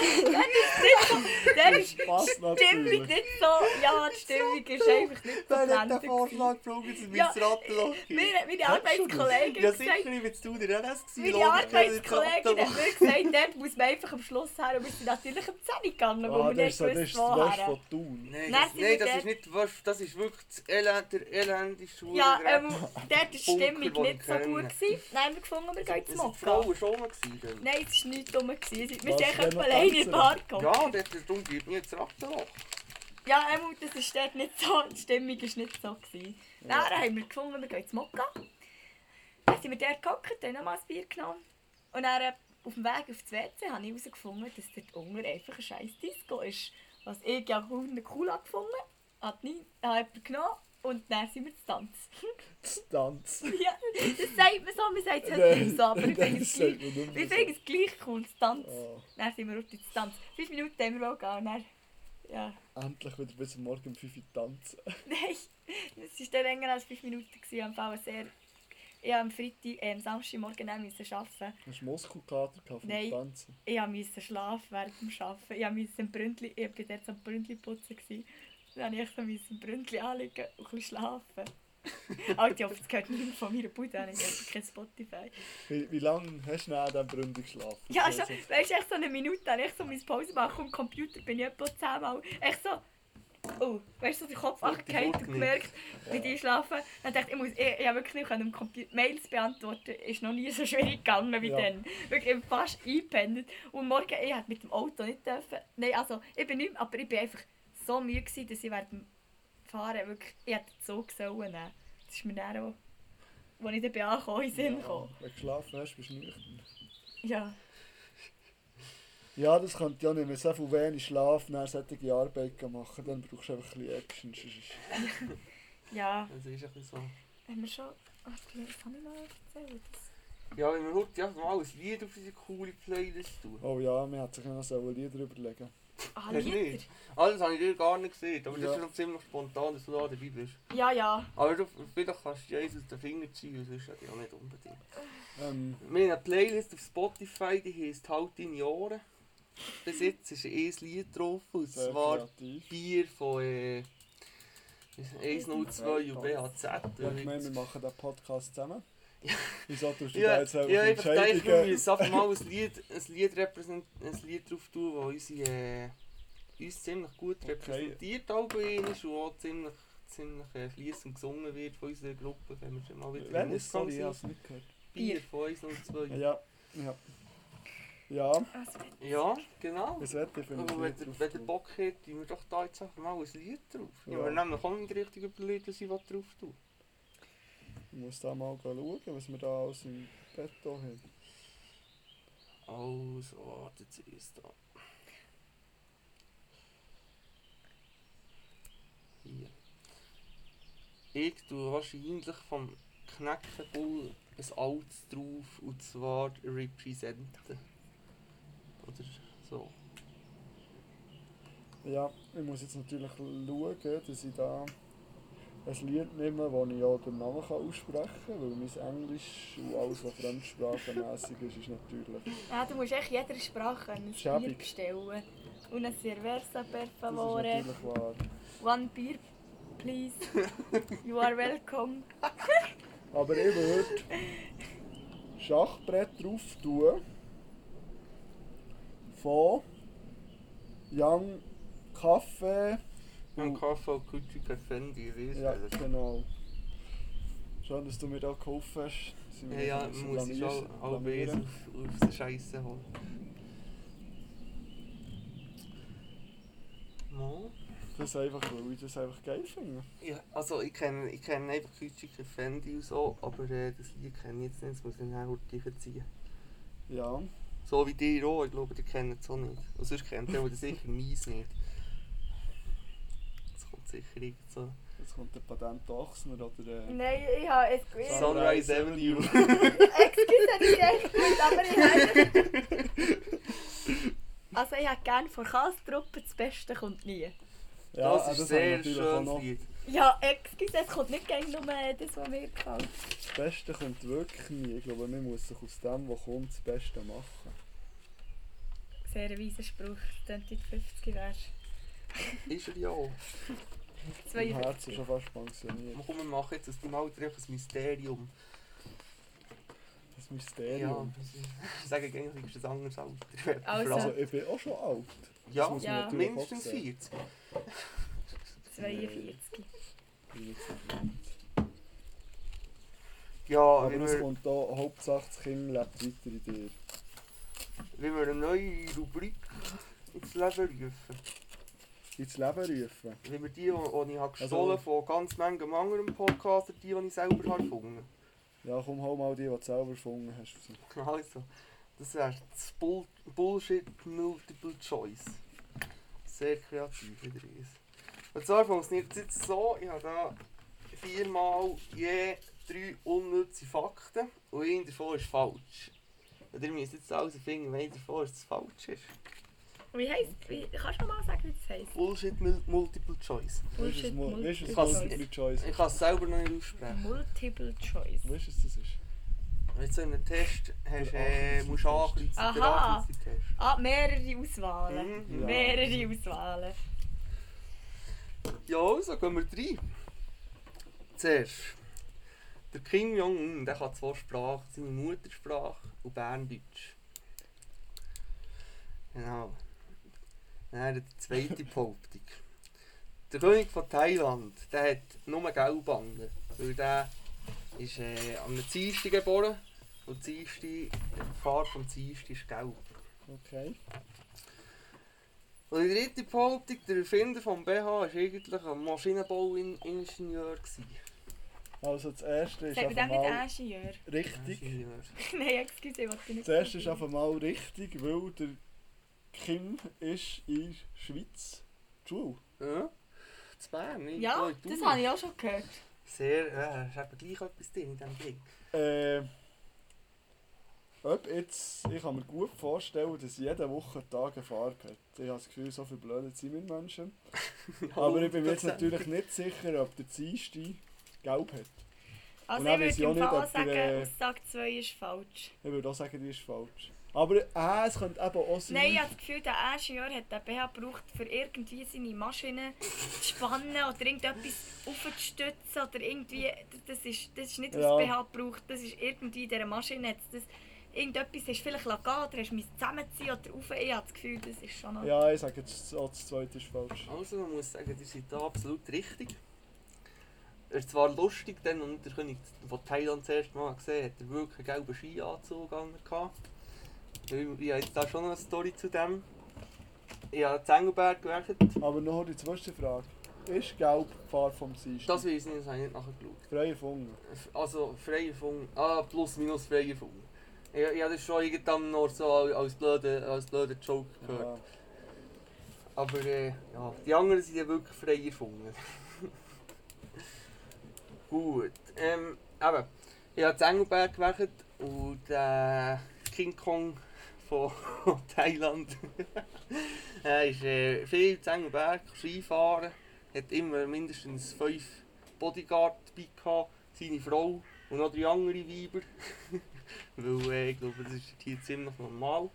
[SPEAKER 2] ist nicht so. Dort ist
[SPEAKER 3] Passt
[SPEAKER 2] die Stimmung
[SPEAKER 3] natürlich.
[SPEAKER 2] nicht so. Ja, die Stimmung ist einfach nicht so
[SPEAKER 1] Wer hat den
[SPEAKER 2] blendend. gewesen.
[SPEAKER 1] Vorschlag gebracht, dass wir
[SPEAKER 2] Ja, äh,
[SPEAKER 1] ins Rattenloch gehen?
[SPEAKER 2] Meine, meine
[SPEAKER 1] Ja,
[SPEAKER 2] Arbeitskollegen haben
[SPEAKER 1] sicher, ich
[SPEAKER 2] gesagt,
[SPEAKER 1] bin jetzt Thun, der hat es
[SPEAKER 2] meine Arbeitskollegin hat mir gesagt, dort muss man einfach am Schluss her. Und wir sind natürlich am 10 Uhr gegangen, weil wir
[SPEAKER 3] Ah, das
[SPEAKER 2] nicht
[SPEAKER 3] ist das ist
[SPEAKER 2] wussten,
[SPEAKER 3] das Wasch
[SPEAKER 2] woher.
[SPEAKER 3] von Thun.
[SPEAKER 1] Nein,
[SPEAKER 2] Dann
[SPEAKER 1] das,
[SPEAKER 2] sind
[SPEAKER 1] nein,
[SPEAKER 2] wir
[SPEAKER 1] das
[SPEAKER 2] dort-
[SPEAKER 1] ist nicht was, das ist wirklich das Elend, der elendigste Schule.
[SPEAKER 2] Ja, ähm, dort ist die
[SPEAKER 1] Bunker,
[SPEAKER 2] Stimmung
[SPEAKER 1] wo ich
[SPEAKER 2] nicht so
[SPEAKER 1] kenne.
[SPEAKER 2] gut. gewesen. Nein, wir haben gefunden, wir gehen
[SPEAKER 1] das
[SPEAKER 2] jetzt
[SPEAKER 1] sind die
[SPEAKER 2] Mokka.
[SPEAKER 1] Frauen schon mal gewesen.
[SPEAKER 2] Nein, es war nichts dumm. gewesen. Wir
[SPEAKER 3] Was,
[SPEAKER 2] sind
[SPEAKER 3] wenn
[SPEAKER 2] echt
[SPEAKER 3] wir
[SPEAKER 2] alleine in
[SPEAKER 3] tanzen?
[SPEAKER 2] den Bar gekommen.
[SPEAKER 1] Ja, der hat darum gibt mir jetzt Rattenloch.
[SPEAKER 2] Ja, Emu, das ist dort nicht so, die Stimmung war nicht so. Gewesen. Ja. Dann haben wir gefunden, wir gehen ins Mokka. Dann sind wir dort gehockt, haben nochmal ein Bier genommen. Und dann äh, auf dem Weg auf das WC habe ich herausgefunden, dass dort unten einfach ein scheiß Disco ist. Was ich ja hundert cool habe gefunden hat nie hat jemand genommen und dann sind wir zu Tanz.
[SPEAKER 3] Das Tanz.
[SPEAKER 2] ja, das sagt man so, man sagt es heute
[SPEAKER 3] Nein,
[SPEAKER 2] nicht so, aber ich finde es
[SPEAKER 3] das sagt
[SPEAKER 2] gleich,
[SPEAKER 3] man nicht mehr
[SPEAKER 2] ich
[SPEAKER 3] so.
[SPEAKER 2] finde es gleich cool, zu Tanz.
[SPEAKER 3] Ah,
[SPEAKER 2] Dann sind wir auf die Tanz. Fünf Minuten haben wir wohl gegangen und dann, ja.
[SPEAKER 3] Ah, Endlich wieder bis am Morgen um 5 Uhr tanzen.
[SPEAKER 2] Nein, es war dann länger als fünf Minuten. Gewesen, am Fall sehr ich am Freitag, äh, am Samstagmorgen dann müssen arbeiten.
[SPEAKER 3] Hast du Muskelkater gehabt vom
[SPEAKER 2] Nein.
[SPEAKER 3] Tanzen?
[SPEAKER 2] Ich musste schlafen während dem Arbeiten. Ich musste im Bründli, ich war dort am Bründli putzen. Gewesen. Dann musste ich so mein Bründli anlegen und ein bisschen schlafen. Alter, ich hoffe, das gehört niemand von meiner Bude an. Ich habe kein Spotify.
[SPEAKER 3] Wie, wie lange hast du nach diesem Bründel geschlafen?
[SPEAKER 2] Ja,
[SPEAKER 3] Also,
[SPEAKER 2] so, weißt du, echt so eine Minute, dann ich so meine Pause machen am Computer bin ich etwa zehnmal. Echt so. Oh, weißt du, so den Kopf
[SPEAKER 1] Gute
[SPEAKER 2] angehängt und
[SPEAKER 1] Wortnitz.
[SPEAKER 2] gemerkt, mit einschlafen. Dann dachte ich, ich, muss, ich, ich habe wirklich nicht können am Computer. Mails beantworten ist noch nie so schwierig gegangen wie
[SPEAKER 3] Ja.
[SPEAKER 2] dann. Wirklich, ich bin fast eingepennt. Und morgen, ich hätte mit dem Auto nicht dürfen. Nein, also, ich bin nicht mehr, aber ich bin einfach so müde gewesen, dass ich während dem Fahren wirklich, ich hätte den Zug sollen nehmen. Das ist mir dann auch, als ich dann angekommen bin, in den Sinn gekommen.
[SPEAKER 3] ja, Wenn du geschlafen hast, bist du nüchtern.
[SPEAKER 2] Ja.
[SPEAKER 3] Ja, das könnte ja nicht mehr so viel wenig schlafen, dann solche Arbeit machen. Dann brauchst du einfach ein bisschen Action. sonst ist-
[SPEAKER 2] Ja.
[SPEAKER 1] Das ist ein bisschen so.
[SPEAKER 2] Haben wir schon. Warte, das habe ich noch erzählt. Das-
[SPEAKER 1] Ja, wenn wir heute einfach mal ein Lied auf diese coole Playlist tun.
[SPEAKER 3] Oh ja, man hat sich ja noch so ein Lieder überlegen.
[SPEAKER 2] Ah,
[SPEAKER 1] Hast
[SPEAKER 3] Äh,
[SPEAKER 1] du
[SPEAKER 2] Lieder?
[SPEAKER 1] nicht? Alles habe ich dir gar nicht gesehen, aber das
[SPEAKER 3] Ja.
[SPEAKER 1] ist noch ziemlich spontan, dass du da dabei bist.
[SPEAKER 2] Ja, ja.
[SPEAKER 1] Aber du, vielleicht kannst du dir eins aus den Fingern ziehen, sonst hätte ich auch nicht unbedingt.
[SPEAKER 3] Ähm,
[SPEAKER 1] Wir haben eine Playlist auf Spotify, die heisst Halt deine Jahre. Bis jetzt ist ein Lied drauf, und
[SPEAKER 3] sehr
[SPEAKER 1] zwar
[SPEAKER 3] kreativ.
[SPEAKER 1] Bier von äh, 102 und BHZ.
[SPEAKER 3] Ja, ich meine, wir machen den Podcast zusammen. Wieso tust du da
[SPEAKER 1] Ja,
[SPEAKER 3] jetzt selber
[SPEAKER 1] ja, ich verstehe, wir
[SPEAKER 3] Entscheidungen?
[SPEAKER 1] müssen einfach mal ein Lied, ein Lied, repräsent, ein Lied drauf tun, das unsere, äh, uns ziemlich gut
[SPEAKER 3] Okay.
[SPEAKER 1] repräsentiert allgemein ist und auch ziemlich, ziemlich äh, fließend gesungen wird von unserer Gruppe, wenn wir schon mal wieder
[SPEAKER 3] Wenn
[SPEAKER 1] im
[SPEAKER 3] es sorry, ich
[SPEAKER 1] Ausgang
[SPEAKER 3] hab's
[SPEAKER 1] sind.
[SPEAKER 3] nicht gehört.
[SPEAKER 1] Bier von uns und zwei.
[SPEAKER 3] Ja, ja. Ja,
[SPEAKER 2] Also, wenn-
[SPEAKER 1] Ja, genau.
[SPEAKER 3] das Wetter finde ich
[SPEAKER 1] Aber wenn, ihr-
[SPEAKER 3] nicht
[SPEAKER 1] wenn ihr
[SPEAKER 3] drauf.
[SPEAKER 1] Bock habt, tun wir doch da jetzt einfach mal ein Lied drauf. Ja.
[SPEAKER 3] Ja.
[SPEAKER 1] Wir nehmen auch nicht richtig überlegt, was ich drauf tue.
[SPEAKER 3] Ich muss da mal schauen, was wir da aus dem Beton haben.
[SPEAKER 1] Also, wartet, sie ist da. Hier. Ich tue wahrscheinlich vom Knäckebull ein altes drauf, und zwar Representen. Oder so.
[SPEAKER 3] Oh. Ja, ich muss jetzt natürlich schauen, dass ich da ein Lied nehme, das ich auch den Namen kann aussprechen kann, weil mein Englisch und alles, was fremdsprachenmässig ist, ist natürlich...
[SPEAKER 2] Ja, du musst echt jeder Sprache ein
[SPEAKER 3] Schäbig.
[SPEAKER 2] Bier bestellen. Und ein Cerveza per
[SPEAKER 3] Das ist
[SPEAKER 2] favore.
[SPEAKER 3] natürlich wahr.
[SPEAKER 2] One beer, please. You are welcome.
[SPEAKER 3] Aber ich würde Schachbrett drauf tun von Young Kaffee.
[SPEAKER 1] Im KV Kutschi Perfendi, weißt
[SPEAKER 3] Ja,
[SPEAKER 1] du?
[SPEAKER 3] genau. Schön, dass du mir da geholfen hast. dass
[SPEAKER 1] Ja,
[SPEAKER 3] mich
[SPEAKER 1] ja,
[SPEAKER 3] nicht
[SPEAKER 1] muss ich
[SPEAKER 3] blamier-
[SPEAKER 1] schon alle Besen
[SPEAKER 3] blamieren.
[SPEAKER 1] auf, auf die Scheiße holen. Mo?
[SPEAKER 3] Das einfach, weil ich das einfach geil finde.
[SPEAKER 1] Ja, also ich kenne ich kenn einfach Kütschiker Fendi und so, aber äh, das Lied kenne ich jetzt nicht, das muss ich dann auch tiefer ziehen.
[SPEAKER 3] Ja,
[SPEAKER 1] So wie die auch, ich glaube, die kennen es auch nicht. Und sonst kennt ihr aber sicher meins nicht. Das kommt sicher irgend so.
[SPEAKER 3] jetzt kommt der Patent Ochsner oder... Äh,
[SPEAKER 2] Nein, ich habe es gewählt.
[SPEAKER 1] Sunrise Avenue.
[SPEAKER 2] Excuse, ich echt gut, aber ich habe... Also ich hätte gerne von Kastruppe das Beste kommt nie.
[SPEAKER 3] ja,
[SPEAKER 1] das ist
[SPEAKER 3] äh, habe ich
[SPEAKER 1] sehr
[SPEAKER 3] natürlich auch
[SPEAKER 1] schönes
[SPEAKER 3] noch.
[SPEAKER 1] Lied.
[SPEAKER 2] Ja, excuse, es kommt nicht gerne nur das, was mir gefällt.
[SPEAKER 3] Das Beste kommt wirklich nie. Ich glaube, man muss sich aus dem, was kommt, das Beste machen.
[SPEAKER 2] Sehr weiser Spruch, wenn du in die 50 wärst.
[SPEAKER 1] Ist er ja auch.
[SPEAKER 3] Mein Herz
[SPEAKER 2] 52.
[SPEAKER 3] ist schon fast pensioniert.
[SPEAKER 1] Komm, wir machen jetzt aus dem Alter einfach ein Mysterium.
[SPEAKER 3] Das
[SPEAKER 1] Ja,
[SPEAKER 3] Mysterium.
[SPEAKER 1] ich sage eigentlich, ist das ein anderes Alter. wenn
[SPEAKER 2] Also.
[SPEAKER 1] Frau-
[SPEAKER 3] Also, ich bin auch schon alt.
[SPEAKER 1] ja,
[SPEAKER 3] muss
[SPEAKER 2] man natürlich
[SPEAKER 1] mindestens
[SPEAKER 3] auch sehen.
[SPEAKER 1] 40.
[SPEAKER 2] 42.
[SPEAKER 1] Ja,
[SPEAKER 3] Aber
[SPEAKER 1] wenn
[SPEAKER 3] es
[SPEAKER 1] wir,
[SPEAKER 3] kommt da, Hauptsache das Kind lebt weiter in dir.
[SPEAKER 1] wenn wir eine neue Rubrik ins Leben rufen,
[SPEAKER 3] Ins Leben rufen.
[SPEAKER 1] wenn wir die, die die ich habe gestohlen
[SPEAKER 3] Also-
[SPEAKER 1] von ganz manchem anderen Podcaster, die, die ich selber habe gefunden
[SPEAKER 3] Ja, komm, hol mal die, die du selber gefunden hast. raus.
[SPEAKER 1] habe. Also, das wäre das Bull Bullshit Multiple Choice. Sehr kreativ wieder ist. Und zwar funktioniert es jetzt so, ich habe da viermal je drei unnütze Fakten und einer davon ist falsch. Und ihr müsst jetzt alles finden, welcher davon ist das falsch ist.
[SPEAKER 2] Wie heisst... Wie, kannst du mir mal sagen, wie das heisst?
[SPEAKER 1] Bullshit Mul- Multiple Choice.
[SPEAKER 3] Weißt du,
[SPEAKER 2] Bullshit,
[SPEAKER 3] es mu- weißt du,
[SPEAKER 2] Multiple
[SPEAKER 3] es
[SPEAKER 1] Choice.
[SPEAKER 3] Multiple Choice.
[SPEAKER 1] Ich kann es selber noch nicht aussprechen.
[SPEAKER 2] Multiple Choice.
[SPEAKER 3] Weißt du, was das ist?
[SPEAKER 1] Wenn du so einen Test hast, äh,
[SPEAKER 3] Achtung,
[SPEAKER 1] musst du ankreuzen,
[SPEAKER 2] Aha.
[SPEAKER 1] den Ankreuzetest.
[SPEAKER 2] Ah, mehrere Auswahlen.
[SPEAKER 1] Mhm.
[SPEAKER 3] Ja.
[SPEAKER 2] Mehrere Auswahlen.
[SPEAKER 1] Ja, also gehen wir rein. Zuerst. Der Kim Jong-un der kann zwei Sprachen, seine Muttersprache und Berndeutsch. Genau. Dann die zweite Behauptung. Der König von Thailand der hat nur Gelbanden, weil der ist äh, am Dienstag geboren und die Dienstag, die Farbe vom Dienstag ist gelb.
[SPEAKER 3] Okay.
[SPEAKER 1] Und die dritte Behauptung, der Erfinder vom BH war eigentlich ein Maschinenbauingenieur. gewesen.
[SPEAKER 3] Also, das erste ist
[SPEAKER 2] Sagt man dem
[SPEAKER 3] einfach
[SPEAKER 2] nicht
[SPEAKER 3] mal
[SPEAKER 2] Ingenieur?
[SPEAKER 3] richtig.
[SPEAKER 1] Ingenieur.
[SPEAKER 2] Nein, excuse, ich wollte nicht.
[SPEAKER 3] Das erste ist einfach mal richtig, weil der Kim ist in Schweiz die Schule.
[SPEAKER 1] Ja? Das Bern, ich
[SPEAKER 2] Ja, das habe ich auch schon gehört.
[SPEAKER 1] Sehr, ja, ist eben gleich etwas drin in diesem Ding.
[SPEAKER 3] Äh, ob jetzt, ich kann mir gut vorstellen, dass jede Woche Tag eine Farbe hat. Ich habe das Gefühl, so viel Blöde sind wir Menschen. Aber ich bin mir jetzt natürlich nicht sicher, ob der Dienstag gelb hat.
[SPEAKER 2] Also
[SPEAKER 3] dann
[SPEAKER 2] ich
[SPEAKER 3] weiss ich
[SPEAKER 2] würde im
[SPEAKER 3] auch nicht,
[SPEAKER 2] Fall
[SPEAKER 3] ob der,
[SPEAKER 2] sagen,
[SPEAKER 3] äh,
[SPEAKER 2] Aussage 2 ist falsch.
[SPEAKER 3] Ich würde auch sagen, die ist falsch. Aber äh, es könnte eben auch sein.
[SPEAKER 2] Nein, ich habe das Gefühl, der Ingenieur hat den BH gebraucht, um irgendwie seine Maschine zu spannen oder irgendetwas aufzustützen oder irgendwie... Das ist, das ist nicht
[SPEAKER 3] Ja.
[SPEAKER 2] aus BH gebraucht, das ist irgendwie in dieser Maschine. Hat das, irgendetwas hast du vielleicht gehen lassen oder hast du zusammenziehen oder rauf. Ich habe das Gefühl, das ist schon noch...
[SPEAKER 3] Ja, ich sage jetzt auch das zweite ist falsch.
[SPEAKER 1] Also, man muss sagen, die sind da absolut richtig. Er ist zwar lustig, denn und der König von Thailand das erste Mal gesehen hat, er wirklich einen gelben Skianzug an. Ich habe jetzt da schon noch eine Story zu dem. Ich habe in Engelberg gewerkt.
[SPEAKER 3] Aber noch die zweite Frage. Ist gelb die Farbe vom Seist?
[SPEAKER 1] Das weiß ich nicht, das habe ich nicht nachgeschaut.
[SPEAKER 3] Frei erfunden.
[SPEAKER 1] Also freier Funk. Ah, plus minus freier Funk. Ich, ich habe das schon irgendwann noch so als, als blöden als blöde Joke gehört.
[SPEAKER 3] Ja.
[SPEAKER 1] Aber äh, ja, die anderen sind ja wirklich frei erfunden. Gut, ähm, eben, ich habe in Engelberg gewerkt und der King Kong von Thailand er ist äh, viel in Engelberg Skifahren, hat immer mindestens fünf Bodyguard dabei gehabt, seine Frau und noch drei andere Weiber, weil äh, ich glaube, das ist hier ziemlich normal.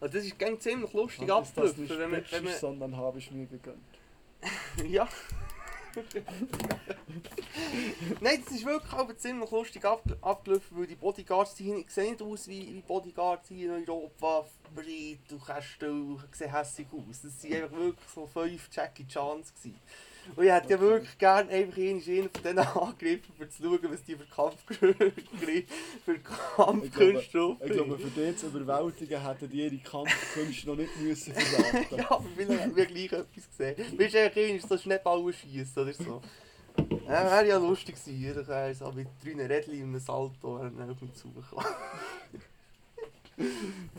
[SPEAKER 1] Also das ist gang ziemlich lustig
[SPEAKER 3] Mann, ist das
[SPEAKER 1] abgelaufen,
[SPEAKER 3] nicht
[SPEAKER 1] wenn man, wenn man
[SPEAKER 3] Bitches, sondern habe ich mir gegönnt.
[SPEAKER 1] ja. Nein, das ist wirklich aber ziemlich lustig abge- abgelaufen, weil die Bodyguards die hin- sehen nicht aus wie, wie Bodyguards hier in Europa, breit und Kästel, sehen hässlich aus. Das waren einfach wirklich so fünf Jackie Chans. Gewesen. Und ich hätte ja
[SPEAKER 3] Okay.
[SPEAKER 1] wirklich gerne einfach einen einen von denen angegriffen, um zu schauen, was die für Kampfgrü- für Kampfkünste drauf
[SPEAKER 3] Ich glaube, für die zu überwältigen hätten die ihre Kampfkünste noch nicht müssen verraten.
[SPEAKER 1] ja, aber vielleicht haben wir gleich etwas gesehen. Willst du eigentlich so Schneeball schießen oder so? Ja, wäre ja lustig gewesen. Dann wäre so mit drei Rädchen und einem Salto wäre dann auf mich zugekommen.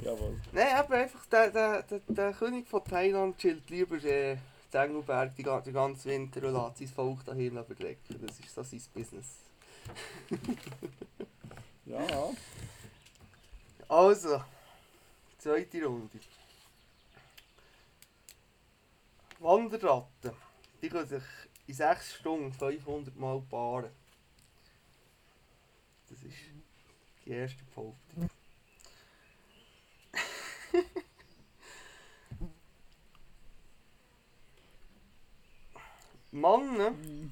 [SPEAKER 3] Jawohl.
[SPEAKER 1] Nein, aber einfach der, der, der, der König von Thailand chillt lieber äh, in Engelberg den ga- den ganzen Winter und lässt sein Volk daheim überdecken. Das ist so sein Business.
[SPEAKER 3] Ja.
[SPEAKER 1] Also, zweite Runde. Wanderratten, die können sich in 6 Stunden 500 Mal paaren. Das ist die erste Behauptung. Männer,
[SPEAKER 3] Hm,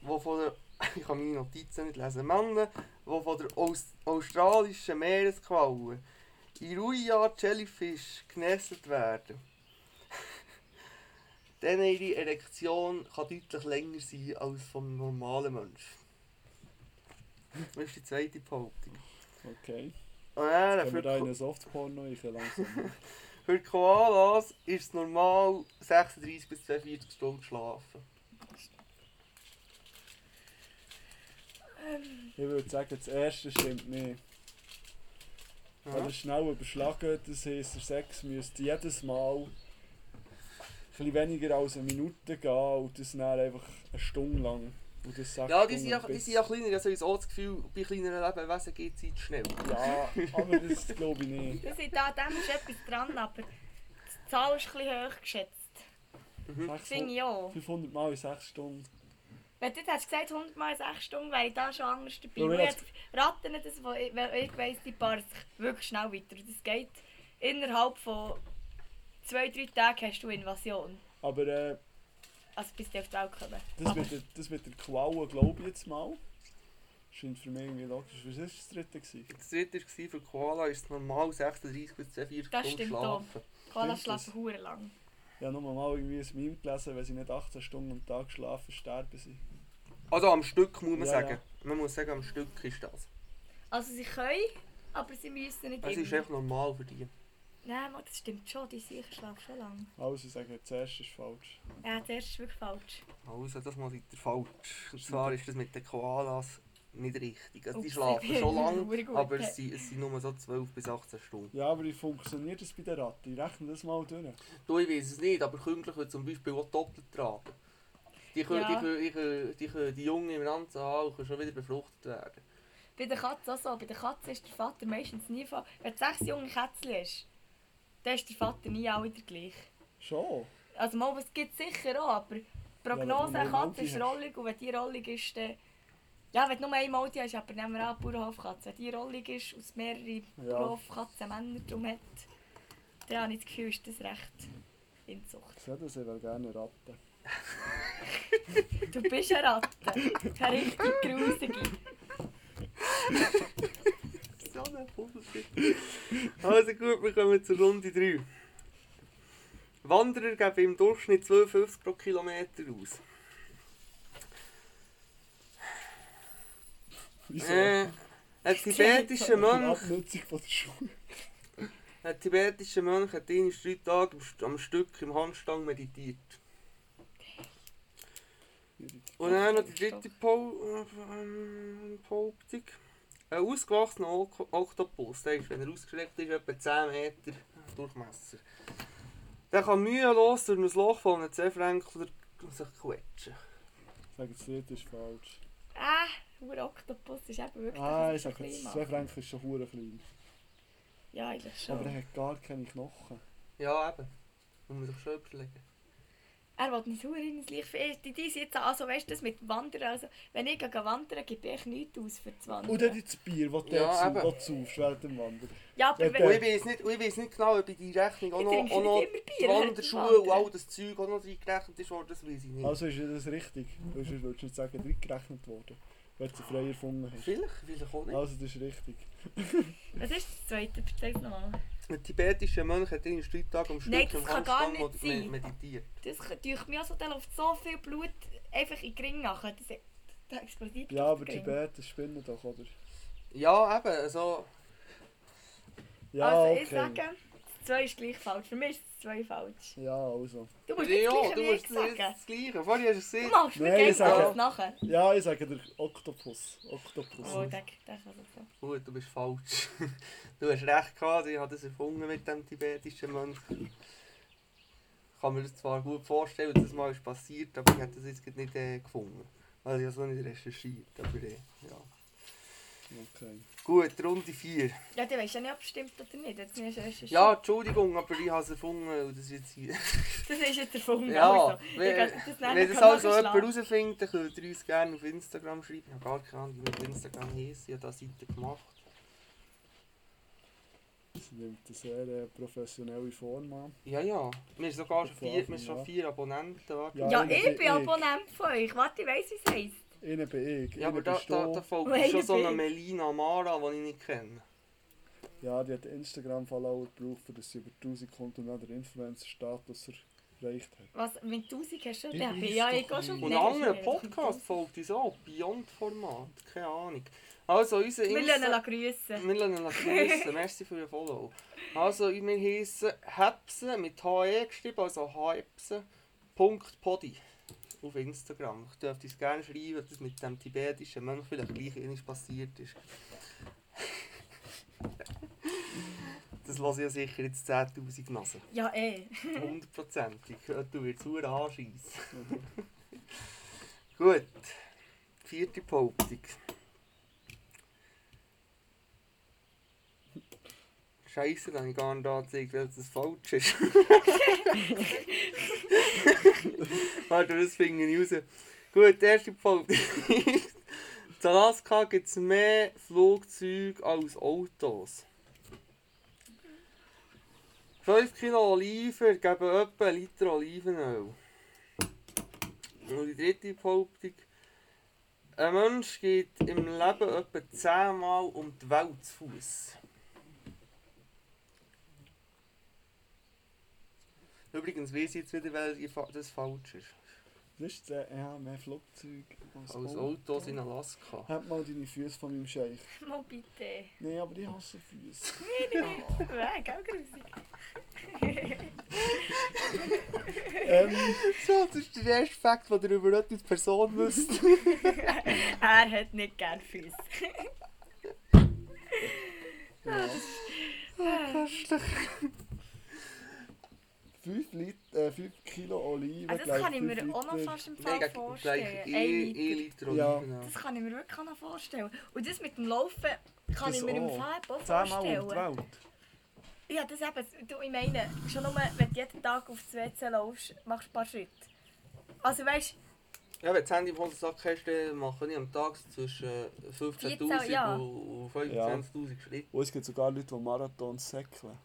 [SPEAKER 1] die von der... Ich kann meine Notizen nicht lesen. Männer, die von der Aus australischen Meeresqualle in Ruia Jellyfish genässt werden. Dann ihre Erektion kann deutlich länger sein als vom normalen Mensch. Das ist die zweite Behauptung.
[SPEAKER 3] Okay.
[SPEAKER 1] Und dann,
[SPEAKER 3] Können
[SPEAKER 1] für,
[SPEAKER 3] wir da in
[SPEAKER 1] Ko
[SPEAKER 3] einen Softporno ich langsam.
[SPEAKER 1] für Koalas ist es normal 36 bis 42 Stunden zu schlafen.
[SPEAKER 3] Ich würde sagen, das erste stimmt nicht. Wenn
[SPEAKER 1] Ja.
[SPEAKER 3] er schnell überschlagen, das heisst, der Sex müsste jedes Mal ein bisschen weniger als eine Minute gehen und das dann einfach eine Stunde lang. Und das sechs
[SPEAKER 1] Ja, die sind
[SPEAKER 3] Stunden
[SPEAKER 1] ja, die
[SPEAKER 3] bis-
[SPEAKER 1] sind ja kleiner. also Ich habe sowieso das Gefühl, bei kleineren Lebewesen geht die Zeit schnell.
[SPEAKER 3] Ja, aber das glaube ich nicht.
[SPEAKER 2] Das ist, da, dem ist etwas dran, aber die Zahl ist ein bisschen hoch geschätzt. Das finde
[SPEAKER 3] 600,
[SPEAKER 2] ich auch.
[SPEAKER 3] 500 Mal in 6 Stunden.
[SPEAKER 2] Wenn du jetzt hättest gesagt 100 mal 6 Stunden, wäre ich da schon anders dabei.
[SPEAKER 3] Ja,
[SPEAKER 2] Nur
[SPEAKER 3] ja.
[SPEAKER 2] jetzt Ratten, das, wo ich, weil ich weiss, die paaren sich wirklich schnell weiter. Das geht innerhalb von 2-3 Tagen hast du Invasion.
[SPEAKER 3] Aber äh,
[SPEAKER 2] Also bis die auf die Welt kommen.
[SPEAKER 3] das, mit der, das mit der Qualle glaube ich jetzt mal. Scheint für mich irgendwie logisch. Was war das dritte? Gewesen?
[SPEAKER 1] Das dritte war für Koala ist es normal 36 bis 42
[SPEAKER 2] Das
[SPEAKER 1] Stunden
[SPEAKER 2] stimmt
[SPEAKER 1] schlafen.
[SPEAKER 2] Koala
[SPEAKER 3] stimmt das?
[SPEAKER 2] schlafen hure lang.
[SPEAKER 3] Ich habe nur mal irgendwie ein Meme gelesen, wenn sie nicht 18 Stunden am Tag schlafen, sterben sie.
[SPEAKER 1] Also am Stück muss man
[SPEAKER 3] Ja,
[SPEAKER 1] sagen.
[SPEAKER 3] ja.
[SPEAKER 1] Man muss sagen, am Stück ist das.
[SPEAKER 2] Also sie können, aber sie müssen nicht
[SPEAKER 1] Das ist
[SPEAKER 2] immer.
[SPEAKER 1] echt normal für die.
[SPEAKER 2] Nein, Mann, das stimmt schon, die sicher schlafen schon lang.
[SPEAKER 3] Also ich sage, das erste ist falsch.
[SPEAKER 2] Ja, das erste ist wirklich falsch.
[SPEAKER 1] Also das mal seid ihr falsch. Und zwar ist das mit den Koalas nicht richtig. Also die
[SPEAKER 2] Ups.
[SPEAKER 1] schlafen schon
[SPEAKER 2] Verdammt
[SPEAKER 1] lange,
[SPEAKER 2] Oh, gut.
[SPEAKER 1] aber es sind, es sind nur so 12 bis 18 Stunden.
[SPEAKER 3] Ja, aber wie funktioniert das bei der Ratte? Ich rechne das mal durch.
[SPEAKER 1] Du, ich weiß es nicht, aber kündlich wird zum Beispiel auch doppelt tragen. Die können,
[SPEAKER 2] Ja.
[SPEAKER 1] die, können, die, können, die können die Jungen im Land haben und können schon wieder befruchtet werden.
[SPEAKER 2] Bei der Katze auch so. Bei der Katze ist der Vater meistens nie von. Wenn du sechs junge Kätzchen hast, dann ist der Vater nie alle der gleich.
[SPEAKER 3] Schon?
[SPEAKER 2] Also mal, es gibt sicher auch, aber die
[SPEAKER 3] Ja,
[SPEAKER 2] Prognose
[SPEAKER 3] wenn du
[SPEAKER 2] eine
[SPEAKER 3] nur eine
[SPEAKER 2] Katze ist
[SPEAKER 3] Multi
[SPEAKER 2] rollig und wenn die rollig ist, dann... Ja, wenn du nur eine Multi hast, aber nehmen wir an, Bauernhofkatze. Wenn die rollig ist und es mehrere Bauernhofkatzen Männer drum hat, dann habe ich das Gefühl, ist das recht Inzucht.
[SPEAKER 3] Ich sehe das, ich will gerne eine Ratte.
[SPEAKER 2] Du bist eine Ratte. Eine richtig grusige.
[SPEAKER 1] So ein Bullshit. Also gut, wir kommen zur Runde 3. Wanderer geben im Durchschnitt 52 pro Kilometer aus.
[SPEAKER 3] Wieso?
[SPEAKER 1] Äh, Ein tibetischer Mönch,
[SPEAKER 3] Die Abnutzung von der Schule.
[SPEAKER 1] ein tibetischer Mönch hat einmal drei Tage am St- am Stück im Handstand meditiert. Und dann noch die dritte Pol- ähm, Behauptung. Ein ausgewachsener Ok- Oktopus, der ist, wenn er ausgestreckt ist, etwa 10 Meter Durchmesser. Der kann mühelos durch ein Loch von einem 10 Franken oder sich quetschen.
[SPEAKER 3] Sag jetzt nicht, das ist falsch.
[SPEAKER 2] Ah, der Oktopus ist eben wirklich
[SPEAKER 3] Ah,
[SPEAKER 2] ein
[SPEAKER 3] ich sag jetzt,
[SPEAKER 2] Klima.
[SPEAKER 3] 2 Franken ist schon hure klein.
[SPEAKER 2] Ja, eigentlich
[SPEAKER 3] Aber er
[SPEAKER 2] schon.
[SPEAKER 3] hat gar keine Knochen.
[SPEAKER 1] Ja, eben. Muss man sich schon überlegen.
[SPEAKER 2] Er will nicht sauer in ins Licht. Für- Die, die sind jetzt also, weißt du, das mit dem Wandern. Also, wenn ich gehe wandern, gebe ich nichts aus für das Wandern.
[SPEAKER 3] Und dann das Bier, das du
[SPEAKER 1] Ja,
[SPEAKER 3] ja,
[SPEAKER 1] eben.
[SPEAKER 3] dazu während dem Wandern.
[SPEAKER 2] ja, aber
[SPEAKER 3] Ja,
[SPEAKER 1] Und
[SPEAKER 2] wenn,
[SPEAKER 1] ich weiß nicht, und ich weiss nicht genau, ob in die Rechnung auch
[SPEAKER 2] Ich
[SPEAKER 1] noch,
[SPEAKER 2] trinke
[SPEAKER 1] auch noch
[SPEAKER 2] nicht immer
[SPEAKER 1] die
[SPEAKER 2] Bier,
[SPEAKER 1] Wanderschuhe
[SPEAKER 2] Wandern.
[SPEAKER 1] und all das Zeug auch noch reingerechnet ist, worden, das weiß ich nicht.
[SPEAKER 3] Also ist das richtig. Du würdest du nicht sagen, direkt gerechnet worden. Wenn du sie frei erfunden hast.
[SPEAKER 1] Vielleicht, vielleicht auch nicht.
[SPEAKER 3] Also das ist richtig.
[SPEAKER 2] was ist das zweite? Erzähl es nochmal.
[SPEAKER 1] Ein tibetischer Mönch hat in drei Tagen am Stück
[SPEAKER 2] Nein, das
[SPEAKER 1] im
[SPEAKER 2] kann gar
[SPEAKER 1] Handstand
[SPEAKER 2] nicht
[SPEAKER 1] med-
[SPEAKER 2] sein.
[SPEAKER 1] meditiert.
[SPEAKER 2] Das tut mir auch so, da läuft so viel Blut einfach in den Ring nach. Das, das explodiert
[SPEAKER 3] Ja,
[SPEAKER 2] auf
[SPEAKER 3] aber
[SPEAKER 2] den Ring.
[SPEAKER 3] Tibet, das spinnen doch, oder?
[SPEAKER 1] Ja, eben, also...
[SPEAKER 3] Ja,
[SPEAKER 2] also
[SPEAKER 3] okay.
[SPEAKER 2] ich sage, das 2 ist gleich falsch. Für mich ist das 2 falsch.
[SPEAKER 3] Ja, also.
[SPEAKER 2] Du musst
[SPEAKER 1] Ja, du
[SPEAKER 2] das
[SPEAKER 1] musst
[SPEAKER 2] gleiche Weg
[SPEAKER 1] das, jetzt
[SPEAKER 2] sagen.
[SPEAKER 1] das Gleiche. Vorher hast du
[SPEAKER 2] Du
[SPEAKER 1] gesehen.
[SPEAKER 2] machst mir
[SPEAKER 3] Nein, ich
[SPEAKER 2] gegen
[SPEAKER 3] sage-
[SPEAKER 2] alles nachher.
[SPEAKER 3] Ja, ich sage der Oktopus. Oktopus.
[SPEAKER 2] Oh, der, der kann das so.
[SPEAKER 1] Gut, du bist falsch. Du hast recht gehabt, ich habe das erfunden mit dem tibetischen Mönch. Ich kann mir das zwar gut vorstellen, dass das mal ist passiert, aber ich habe das jetzt gerade nicht äh, gefunden. Weil ich habe so nicht recherchiert. Aber, äh, ja.
[SPEAKER 3] Okay.
[SPEAKER 1] Gut, Runde 4.
[SPEAKER 2] Ja, du weißt ja nicht, ob es stimmt oder nicht. Jetzt musst du recherchieren.
[SPEAKER 1] Ja, Entschuldigung, aber ich habe es erfunden und das ist jetzt hier.
[SPEAKER 2] Das ist jetzt erfunden.
[SPEAKER 1] Ja,
[SPEAKER 2] also. Ich
[SPEAKER 1] wenn-
[SPEAKER 2] gehe das nachher
[SPEAKER 1] Wenn das
[SPEAKER 2] nachher
[SPEAKER 1] also jemand
[SPEAKER 2] schlagen.
[SPEAKER 1] herausfindet, dann könnt ihr uns gerne auf Instagram schreiben. Ich habe gar keine Ahnung, wie man Instagram heisst. Ich habe da Seite gemacht.
[SPEAKER 3] Sie nimmt eine sehr äh, professionelle Form an.
[SPEAKER 1] Ja, ja. Wir sind sogar schon
[SPEAKER 3] Super,
[SPEAKER 1] vier, wir sind schon
[SPEAKER 3] ja.
[SPEAKER 1] vier Abonnenten. Warte.
[SPEAKER 3] Ja,
[SPEAKER 2] Ja,
[SPEAKER 3] einer
[SPEAKER 2] ich
[SPEAKER 3] bin
[SPEAKER 2] bin Abonnent von euch. Warte, ich weiss, wie es heisst.
[SPEAKER 3] Innen bin ich.
[SPEAKER 1] Ja, aber
[SPEAKER 3] innen
[SPEAKER 1] da,
[SPEAKER 3] bist
[SPEAKER 1] da,
[SPEAKER 3] du.
[SPEAKER 1] da folgt
[SPEAKER 2] Leider
[SPEAKER 1] schon so eine
[SPEAKER 2] bin ich.
[SPEAKER 1] Melina Mara, die ich nicht kenne.
[SPEAKER 3] Ja, die hat Instagram-Follower gebraucht, für das sie über 1000 kommt und dann den Influencer-Status erreicht hat.
[SPEAKER 2] Was, mit 1000 hast du schon?
[SPEAKER 3] Wie
[SPEAKER 2] Ja,
[SPEAKER 3] ist
[SPEAKER 2] ja
[SPEAKER 3] doch
[SPEAKER 2] ich gehe schon.
[SPEAKER 3] nicht.
[SPEAKER 1] Und ein
[SPEAKER 2] Nein,
[SPEAKER 1] anderer
[SPEAKER 2] ist nicht.
[SPEAKER 1] Podcast folgt uns auch. Beyond-Format. Keine Ahnung. Also, unser
[SPEAKER 2] Wir
[SPEAKER 1] Altså, Insta-
[SPEAKER 2] lernen grüßen.
[SPEAKER 1] Wir lassen ihn grüßen. Merci für den Follow. Also, wir heissen Hepsen mit HE geschrieben, also Hepsen.podi auf Instagram. Ich dürfte es gerne schreiben, dass mit dem tibetischen Mönch vielleicht gleich ähnlich passiert ist. Das lasse ich ja sicher jetzt 10.000 Nasen.
[SPEAKER 2] Ja, eh.
[SPEAKER 1] Hundertprozentig. Du wirst sauer anscheissen. Gut. Vierte Behauptung. Scheiße, dann habe ich gar nicht angezeigt, weil das falsch ist. Warte, das finde ich raus. Gut, erste Behauptung. In Alaska gibt es mehr Flugzeuge als Autos. 5 Kilo Oliven geben etwa einen Liter Olivenöl. Und die dritte Behauptung. Ein Mensch geht im Leben etwa 10 Mal um die Welt zu Fuß. Übrigens weiß ich jetzt wieder, welche Fa- das falsch ist.
[SPEAKER 3] Das ist der, ja, mehr Flugzeug als,
[SPEAKER 1] Als
[SPEAKER 3] Auto.
[SPEAKER 1] Autos in Alaska.
[SPEAKER 3] Hat mal deine Füße von meinem Scheich.
[SPEAKER 2] Mal bitte.
[SPEAKER 3] Nein, aber ich hasse Füße.
[SPEAKER 2] Weg, auch grusig.
[SPEAKER 3] ähm,
[SPEAKER 1] So, das ist der erste Fakt, den ihr über etwas Person wisst.
[SPEAKER 2] Er hat nicht gern Füße.
[SPEAKER 3] ja.
[SPEAKER 1] Köstlich.
[SPEAKER 3] 5, Lit äh, fünf Kilo Oliven.
[SPEAKER 2] Also das
[SPEAKER 3] gleich
[SPEAKER 2] kann ich
[SPEAKER 3] fünf
[SPEAKER 2] mir auch noch
[SPEAKER 3] Liter-
[SPEAKER 2] fast im
[SPEAKER 1] Nein,
[SPEAKER 2] Fall
[SPEAKER 1] gleich
[SPEAKER 2] vorstellen.
[SPEAKER 1] gleich
[SPEAKER 2] Ein
[SPEAKER 1] eh- eh
[SPEAKER 2] Liter.
[SPEAKER 1] Liter
[SPEAKER 3] Ja.
[SPEAKER 1] Oliven. Ja.
[SPEAKER 2] Das kann ich mir wirklich auch noch vorstellen. Und das mit dem Laufen kann
[SPEAKER 3] Das
[SPEAKER 2] ich mir im
[SPEAKER 3] auch.
[SPEAKER 2] Fall auch
[SPEAKER 3] Zehnmal um die
[SPEAKER 2] vorstellen.
[SPEAKER 3] Welt.
[SPEAKER 2] Ja, das eben. Du, ich meine, schon nur, wenn du jeden Tag aufs WC laufst, machst du ein paar Schritte. Also weißt du,
[SPEAKER 1] Ja, wenn du das Handy im Hosensack hast, dann mache ich am Tag zwischen 15.000
[SPEAKER 2] 14, ja.
[SPEAKER 1] und 25.000 Schritte.
[SPEAKER 3] Und es gibt sogar Leute, die Marathons säckeln.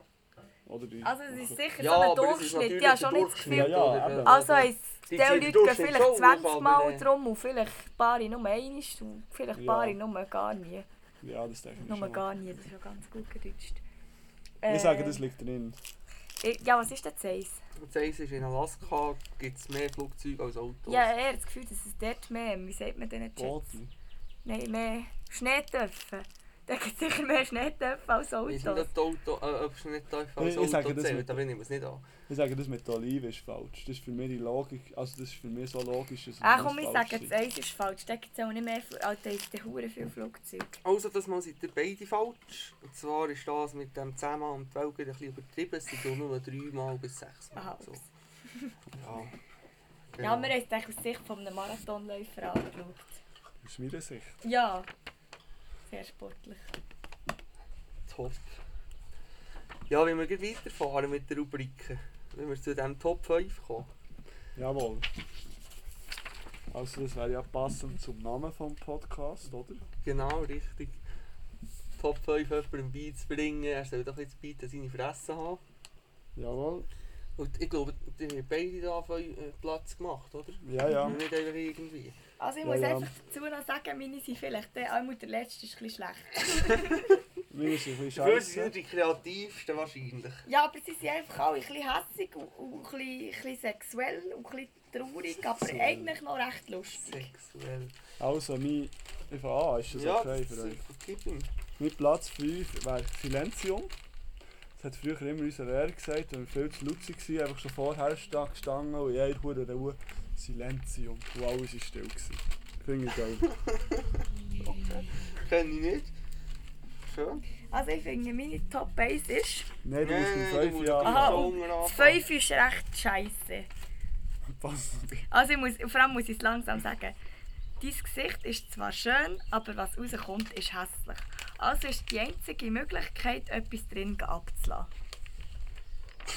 [SPEAKER 3] Oder die.
[SPEAKER 2] also es ist sicher
[SPEAKER 1] Ja,
[SPEAKER 2] so ein
[SPEAKER 1] aber es ist natürlich
[SPEAKER 2] Durchschnitt. Ich habe schon
[SPEAKER 1] der
[SPEAKER 2] nicht das
[SPEAKER 1] Durchschnitt,
[SPEAKER 2] Gefühl,
[SPEAKER 3] Ja, ja,
[SPEAKER 1] oder?
[SPEAKER 3] eben.
[SPEAKER 2] Also es, die
[SPEAKER 1] Die Zeit
[SPEAKER 2] Leute gehen
[SPEAKER 1] durchschnitt schon
[SPEAKER 2] vielleicht 20
[SPEAKER 1] auf, aber,
[SPEAKER 2] Mal
[SPEAKER 1] äh,
[SPEAKER 2] drum und vielleicht Paare nur einmal und vielleicht
[SPEAKER 3] Ja.
[SPEAKER 2] Paare nur gar nie.
[SPEAKER 3] Ja, das denke ich
[SPEAKER 2] Nur
[SPEAKER 3] schon.
[SPEAKER 2] gar nie, das ist ja ganz gut gerutscht.
[SPEAKER 3] Ich sage, das liegt drin.
[SPEAKER 2] Ja, was ist denn das Eis?
[SPEAKER 1] Das heisst, es ist in Alaska gibt es mehr Flugzeuge als Autos.
[SPEAKER 2] Ja, eher das Gefühl, dass es dort mehr, wie sagt man denn Jets?
[SPEAKER 3] Boden.
[SPEAKER 2] Nein, mehr Schneetöpfe. Da gibt es sicher mehr Schneetöpfe als
[SPEAKER 1] Ist nicht
[SPEAKER 2] Autos.
[SPEAKER 1] das Auto, äh, ob es nicht da ist,
[SPEAKER 3] Ich-
[SPEAKER 1] als
[SPEAKER 3] ich sage
[SPEAKER 1] Auto
[SPEAKER 3] das
[SPEAKER 1] zählt,
[SPEAKER 3] mit-
[SPEAKER 1] aber ich nehme es nicht an.
[SPEAKER 3] Ich sage, das mit der Olive ist falsch. Das ist für mich die Logik, also das ist für mich so logisch, dass es
[SPEAKER 2] Ah
[SPEAKER 3] muss
[SPEAKER 2] komm, ich
[SPEAKER 3] falsch
[SPEAKER 2] sage jetzt,
[SPEAKER 3] sein.
[SPEAKER 2] eins ist falsch. Da gibt es auch nicht mehr... Fl- Alter, es gibt hure viele Flugzeuge.
[SPEAKER 1] Also, das Mal seid ihr beide falsch. Und zwar ist das mit dem 10 Mal und die Welt ein bisschen übertrieben. Es sind nur 3 Mal bis 6 Mal.
[SPEAKER 2] Aha,
[SPEAKER 1] so.
[SPEAKER 2] ups.
[SPEAKER 1] Ja. genau.
[SPEAKER 2] Ja, wir haben es eigentlich aus Sicht von einem Marathonläufer angeschaut.
[SPEAKER 3] Aus meiner Sicht.
[SPEAKER 2] Ja. Sehr sportlich.
[SPEAKER 1] Top. Ja, wenn wir gleich weiterfahren mit den Rubriken, wenn wir zu dem Top 5 kommen.
[SPEAKER 3] Jawohl. Also das wäre ja passend zum Namen vom Podcast, oder?
[SPEAKER 1] Genau, richtig. Top 5 jemandem beizubringen, er soll doch jetzt bieten seine Fresse haben.
[SPEAKER 3] Jawohl.
[SPEAKER 1] Und ich glaube, die haben beide da auf euch, äh, Platz gemacht, oder?
[SPEAKER 3] Ja, ja.
[SPEAKER 2] Mhm.
[SPEAKER 1] Und Nicht einfach irgendwie.
[SPEAKER 2] Also ich
[SPEAKER 3] Ja,
[SPEAKER 2] muss
[SPEAKER 3] ja.
[SPEAKER 2] einfach dazu noch sagen, meine sind vielleicht... Der, einmal der letzte ist ein bisschen schlecht.
[SPEAKER 3] Mir ist ein bisschen
[SPEAKER 1] Dafür sind
[SPEAKER 3] scheiße.
[SPEAKER 1] sie die kreativsten wahrscheinlich.
[SPEAKER 2] Ja, aber sie sind einfach alle ein bisschen hässig und, und ein, bisschen, ein bisschen sexuell und ein bisschen traurig, aber
[SPEAKER 3] So.
[SPEAKER 2] eigentlich noch recht lustig.
[SPEAKER 1] Sexuell.
[SPEAKER 3] Also mein... Ich fange an, ist das
[SPEAKER 1] ja,
[SPEAKER 3] okay für
[SPEAKER 1] das
[SPEAKER 3] euch?
[SPEAKER 1] ist- gib ihm.
[SPEAKER 3] Mein Platz 5 wäre Silenzium. Das hat früher immer unser Lehrer gesagt, wenn wir viel zu laut waren, einfach schon vorher sta- gestanden und in einer Hure Ruhe Silenzium. Und alles war still. gewesen. Finde ich geil.
[SPEAKER 1] Kenn ich nicht. Schön.
[SPEAKER 2] Also ich finde, meine Top 1 ist...
[SPEAKER 3] Nein, du musst
[SPEAKER 1] Nein,
[SPEAKER 3] mit 5
[SPEAKER 1] musst
[SPEAKER 3] Jahren
[SPEAKER 2] Aha.
[SPEAKER 1] mit dem Song
[SPEAKER 2] Das
[SPEAKER 1] anfangen.
[SPEAKER 2] 5 ist recht scheiße.
[SPEAKER 3] passen.
[SPEAKER 2] Also ich muss, vor allem muss ich es langsam sagen. Dein Gesicht ist zwar schön, aber was rauskommt, ist hässlich. Also ist die einzige Möglichkeit, etwas drin abzulassen.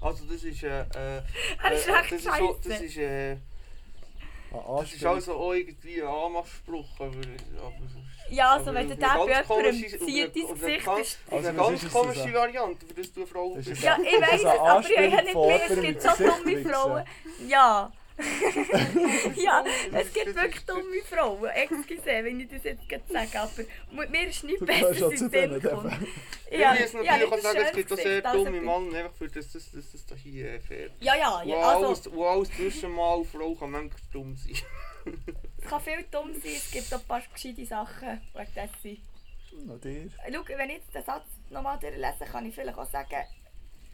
[SPEAKER 1] Also das ist... Äh, äh,
[SPEAKER 2] Er ist
[SPEAKER 1] äh,
[SPEAKER 2] recht
[SPEAKER 1] das ist, so, das
[SPEAKER 2] scheisse.
[SPEAKER 1] ist, äh,
[SPEAKER 3] Eine
[SPEAKER 1] das ist
[SPEAKER 3] Anspielung.
[SPEAKER 1] also auch irgendwie ein Anmachspruch. Aber, aber
[SPEAKER 2] Ja, also
[SPEAKER 1] Aber
[SPEAKER 2] wenn der
[SPEAKER 1] auf
[SPEAKER 2] bei
[SPEAKER 1] eine ganz
[SPEAKER 2] jemandem
[SPEAKER 1] komische- auf eine-
[SPEAKER 2] zieht, dein
[SPEAKER 1] auf eine
[SPEAKER 2] Gesicht
[SPEAKER 1] ganz-
[SPEAKER 2] ist...
[SPEAKER 1] Auf eine
[SPEAKER 3] Also, was ist
[SPEAKER 1] ganz
[SPEAKER 3] es
[SPEAKER 1] komische
[SPEAKER 3] denn?
[SPEAKER 1] Variante, für das du eine Frau
[SPEAKER 3] Ist
[SPEAKER 1] bist.
[SPEAKER 3] es-
[SPEAKER 2] Dus- Ja, ich weiß es,
[SPEAKER 3] eine
[SPEAKER 2] aber ich habe nicht
[SPEAKER 3] Anspielung
[SPEAKER 2] mehr. Es
[SPEAKER 3] von
[SPEAKER 2] gibt so
[SPEAKER 3] jemandem mit
[SPEAKER 2] dumme
[SPEAKER 3] Gesicht
[SPEAKER 2] Frauen. Ja. ja, es gibt wirklich dumme Frauen. Excuse, wenn ich das jetzt gerade sage, aber mu- mir ist nichts
[SPEAKER 3] Du gehörst
[SPEAKER 2] besser
[SPEAKER 3] auch zu
[SPEAKER 2] in den Sinn
[SPEAKER 3] denen. Dave.
[SPEAKER 2] gekommen.
[SPEAKER 1] Ja, ich muss natürlich
[SPEAKER 2] nicht
[SPEAKER 1] auch sagen,
[SPEAKER 2] ein
[SPEAKER 1] es gibt auch
[SPEAKER 2] schönes
[SPEAKER 1] sehr
[SPEAKER 2] Gesicht, also
[SPEAKER 1] dumme
[SPEAKER 2] die-
[SPEAKER 1] Männer, einfach für das, das, das, das, das hier äh, fair.
[SPEAKER 2] Ja, Oh, ja, ja.
[SPEAKER 1] Wow,
[SPEAKER 2] Also,
[SPEAKER 1] alles, wow, das Zwischenmal, Frau kann manchmal dumm sein.
[SPEAKER 2] es kann viel dumm sein, es gibt auch ein paar gescheite Sachen. wegen dessen.
[SPEAKER 3] Noch dir.
[SPEAKER 2] Schau, wenn ich jetzt den Satz nochmal durchlese, kann ich vielleicht auch sagen,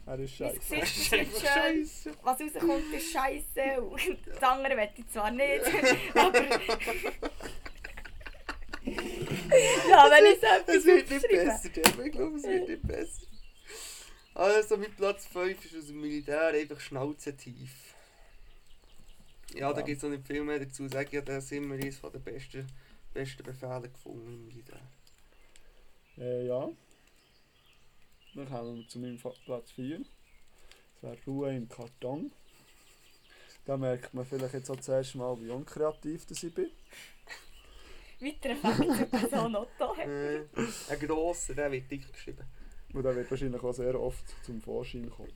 [SPEAKER 3] Er ist
[SPEAKER 2] mein
[SPEAKER 3] scheiße.
[SPEAKER 2] Gesicht ist nicht schön,
[SPEAKER 1] Scheisse.
[SPEAKER 2] was rauskommt ist scheiße und das andere möchte ich zwar nicht, aber... ja, wenn ich so
[SPEAKER 1] Es
[SPEAKER 2] etwas
[SPEAKER 1] wird nicht
[SPEAKER 2] aufschreibe.
[SPEAKER 1] besser, Jeff. ich glaube, es wird nicht besser. Also, mit Platz 5 ist aus dem Militär einfach Schnauze tief. Ja, da
[SPEAKER 3] Ja.
[SPEAKER 1] gibt es auch nicht viel mehr dazu zu sagen. Ja, da sind wir eines der besten, besten Befehle gefunden im Militär.
[SPEAKER 3] Äh, ja. Dann kommen wir zu meinem Fa- Platz 4. Das wäre Ruhe im Karton. Da merkt man vielleicht jetzt auch zuerst mal, wie unkreativ das ich bin.
[SPEAKER 2] Weiterer Fakt zur Person Otto.
[SPEAKER 1] Äh, ein grosser, der wird dick geschrieben.
[SPEAKER 3] Und der wird wahrscheinlich auch sehr oft zum Vorschein kommen.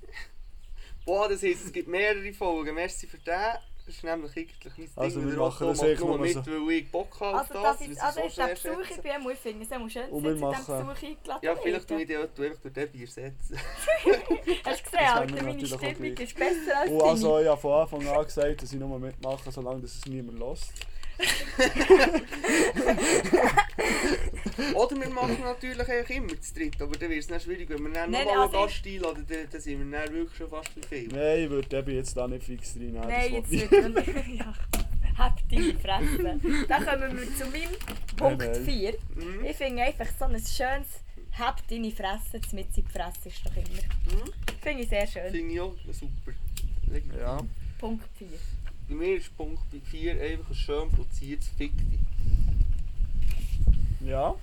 [SPEAKER 1] Boah, das heisst, es gibt mehrere Folgen. Merci für den. Das ist nämlich eigentlich mein
[SPEAKER 3] Also,
[SPEAKER 1] Ding.
[SPEAKER 3] wir
[SPEAKER 1] der
[SPEAKER 3] machen
[SPEAKER 1] Otto
[SPEAKER 3] das
[SPEAKER 1] macht
[SPEAKER 3] eigentlich
[SPEAKER 1] nur
[SPEAKER 3] nur
[SPEAKER 1] mit,
[SPEAKER 3] so.
[SPEAKER 1] weil ich Bock habe auf
[SPEAKER 2] Also, das
[SPEAKER 1] weil
[SPEAKER 2] ist,
[SPEAKER 1] sie
[SPEAKER 2] also
[SPEAKER 1] so
[SPEAKER 2] ist der
[SPEAKER 1] schwer
[SPEAKER 2] Besuch, ich
[SPEAKER 1] schätzen.
[SPEAKER 2] bin am Muffing, es muss schön
[SPEAKER 3] Und
[SPEAKER 2] sein,
[SPEAKER 3] wir
[SPEAKER 2] zu diesem
[SPEAKER 3] machen-
[SPEAKER 2] Besuch eingeladen
[SPEAKER 1] Ja, vielleicht tue
[SPEAKER 2] werden.
[SPEAKER 1] ich den Otto einfach durch den Bier setzen.
[SPEAKER 2] Hast du gesehen,
[SPEAKER 3] Das haben
[SPEAKER 2] Alter,
[SPEAKER 3] wir
[SPEAKER 2] meine
[SPEAKER 3] natürlich auch
[SPEAKER 2] Stimmung
[SPEAKER 3] gleich.
[SPEAKER 2] ist besser als
[SPEAKER 3] Und
[SPEAKER 2] deine.
[SPEAKER 3] also, ich habe von Anfang an gesagt, dass ich nur mitmache, solange das es niemand lässt.
[SPEAKER 1] Oder wir machen natürlich eigentlich immer zu dritt, aber dann wird es dann schwierig, wenn wir dann
[SPEAKER 2] Nein,
[SPEAKER 1] nochmal einen
[SPEAKER 2] also-
[SPEAKER 1] Gast einladen, dann, dann sind wir dann wirklich schon fast bei viel.
[SPEAKER 3] Nein, ich würde Debbie jetzt da nicht fix reinnehmen. das
[SPEAKER 2] Nein,
[SPEAKER 3] will
[SPEAKER 2] jetzt
[SPEAKER 3] ich
[SPEAKER 2] nicht. ja, hab deine Fresse. Dann kommen wir zu meinem Punkt
[SPEAKER 3] nein.
[SPEAKER 2] 4.
[SPEAKER 1] Mhm.
[SPEAKER 2] Ich finde einfach so ein schönes «Hab deine Fresse», das mit seiner Fresse ist doch immer.
[SPEAKER 1] Mhm.
[SPEAKER 2] Finde ich sehr schön.
[SPEAKER 1] Finde ich auch super. Legitim.
[SPEAKER 3] Ja.
[SPEAKER 2] Punkt 4.
[SPEAKER 1] Bei mir ist Punkt 4 einfach ein schön platziertes Fick dich.
[SPEAKER 3] Ja,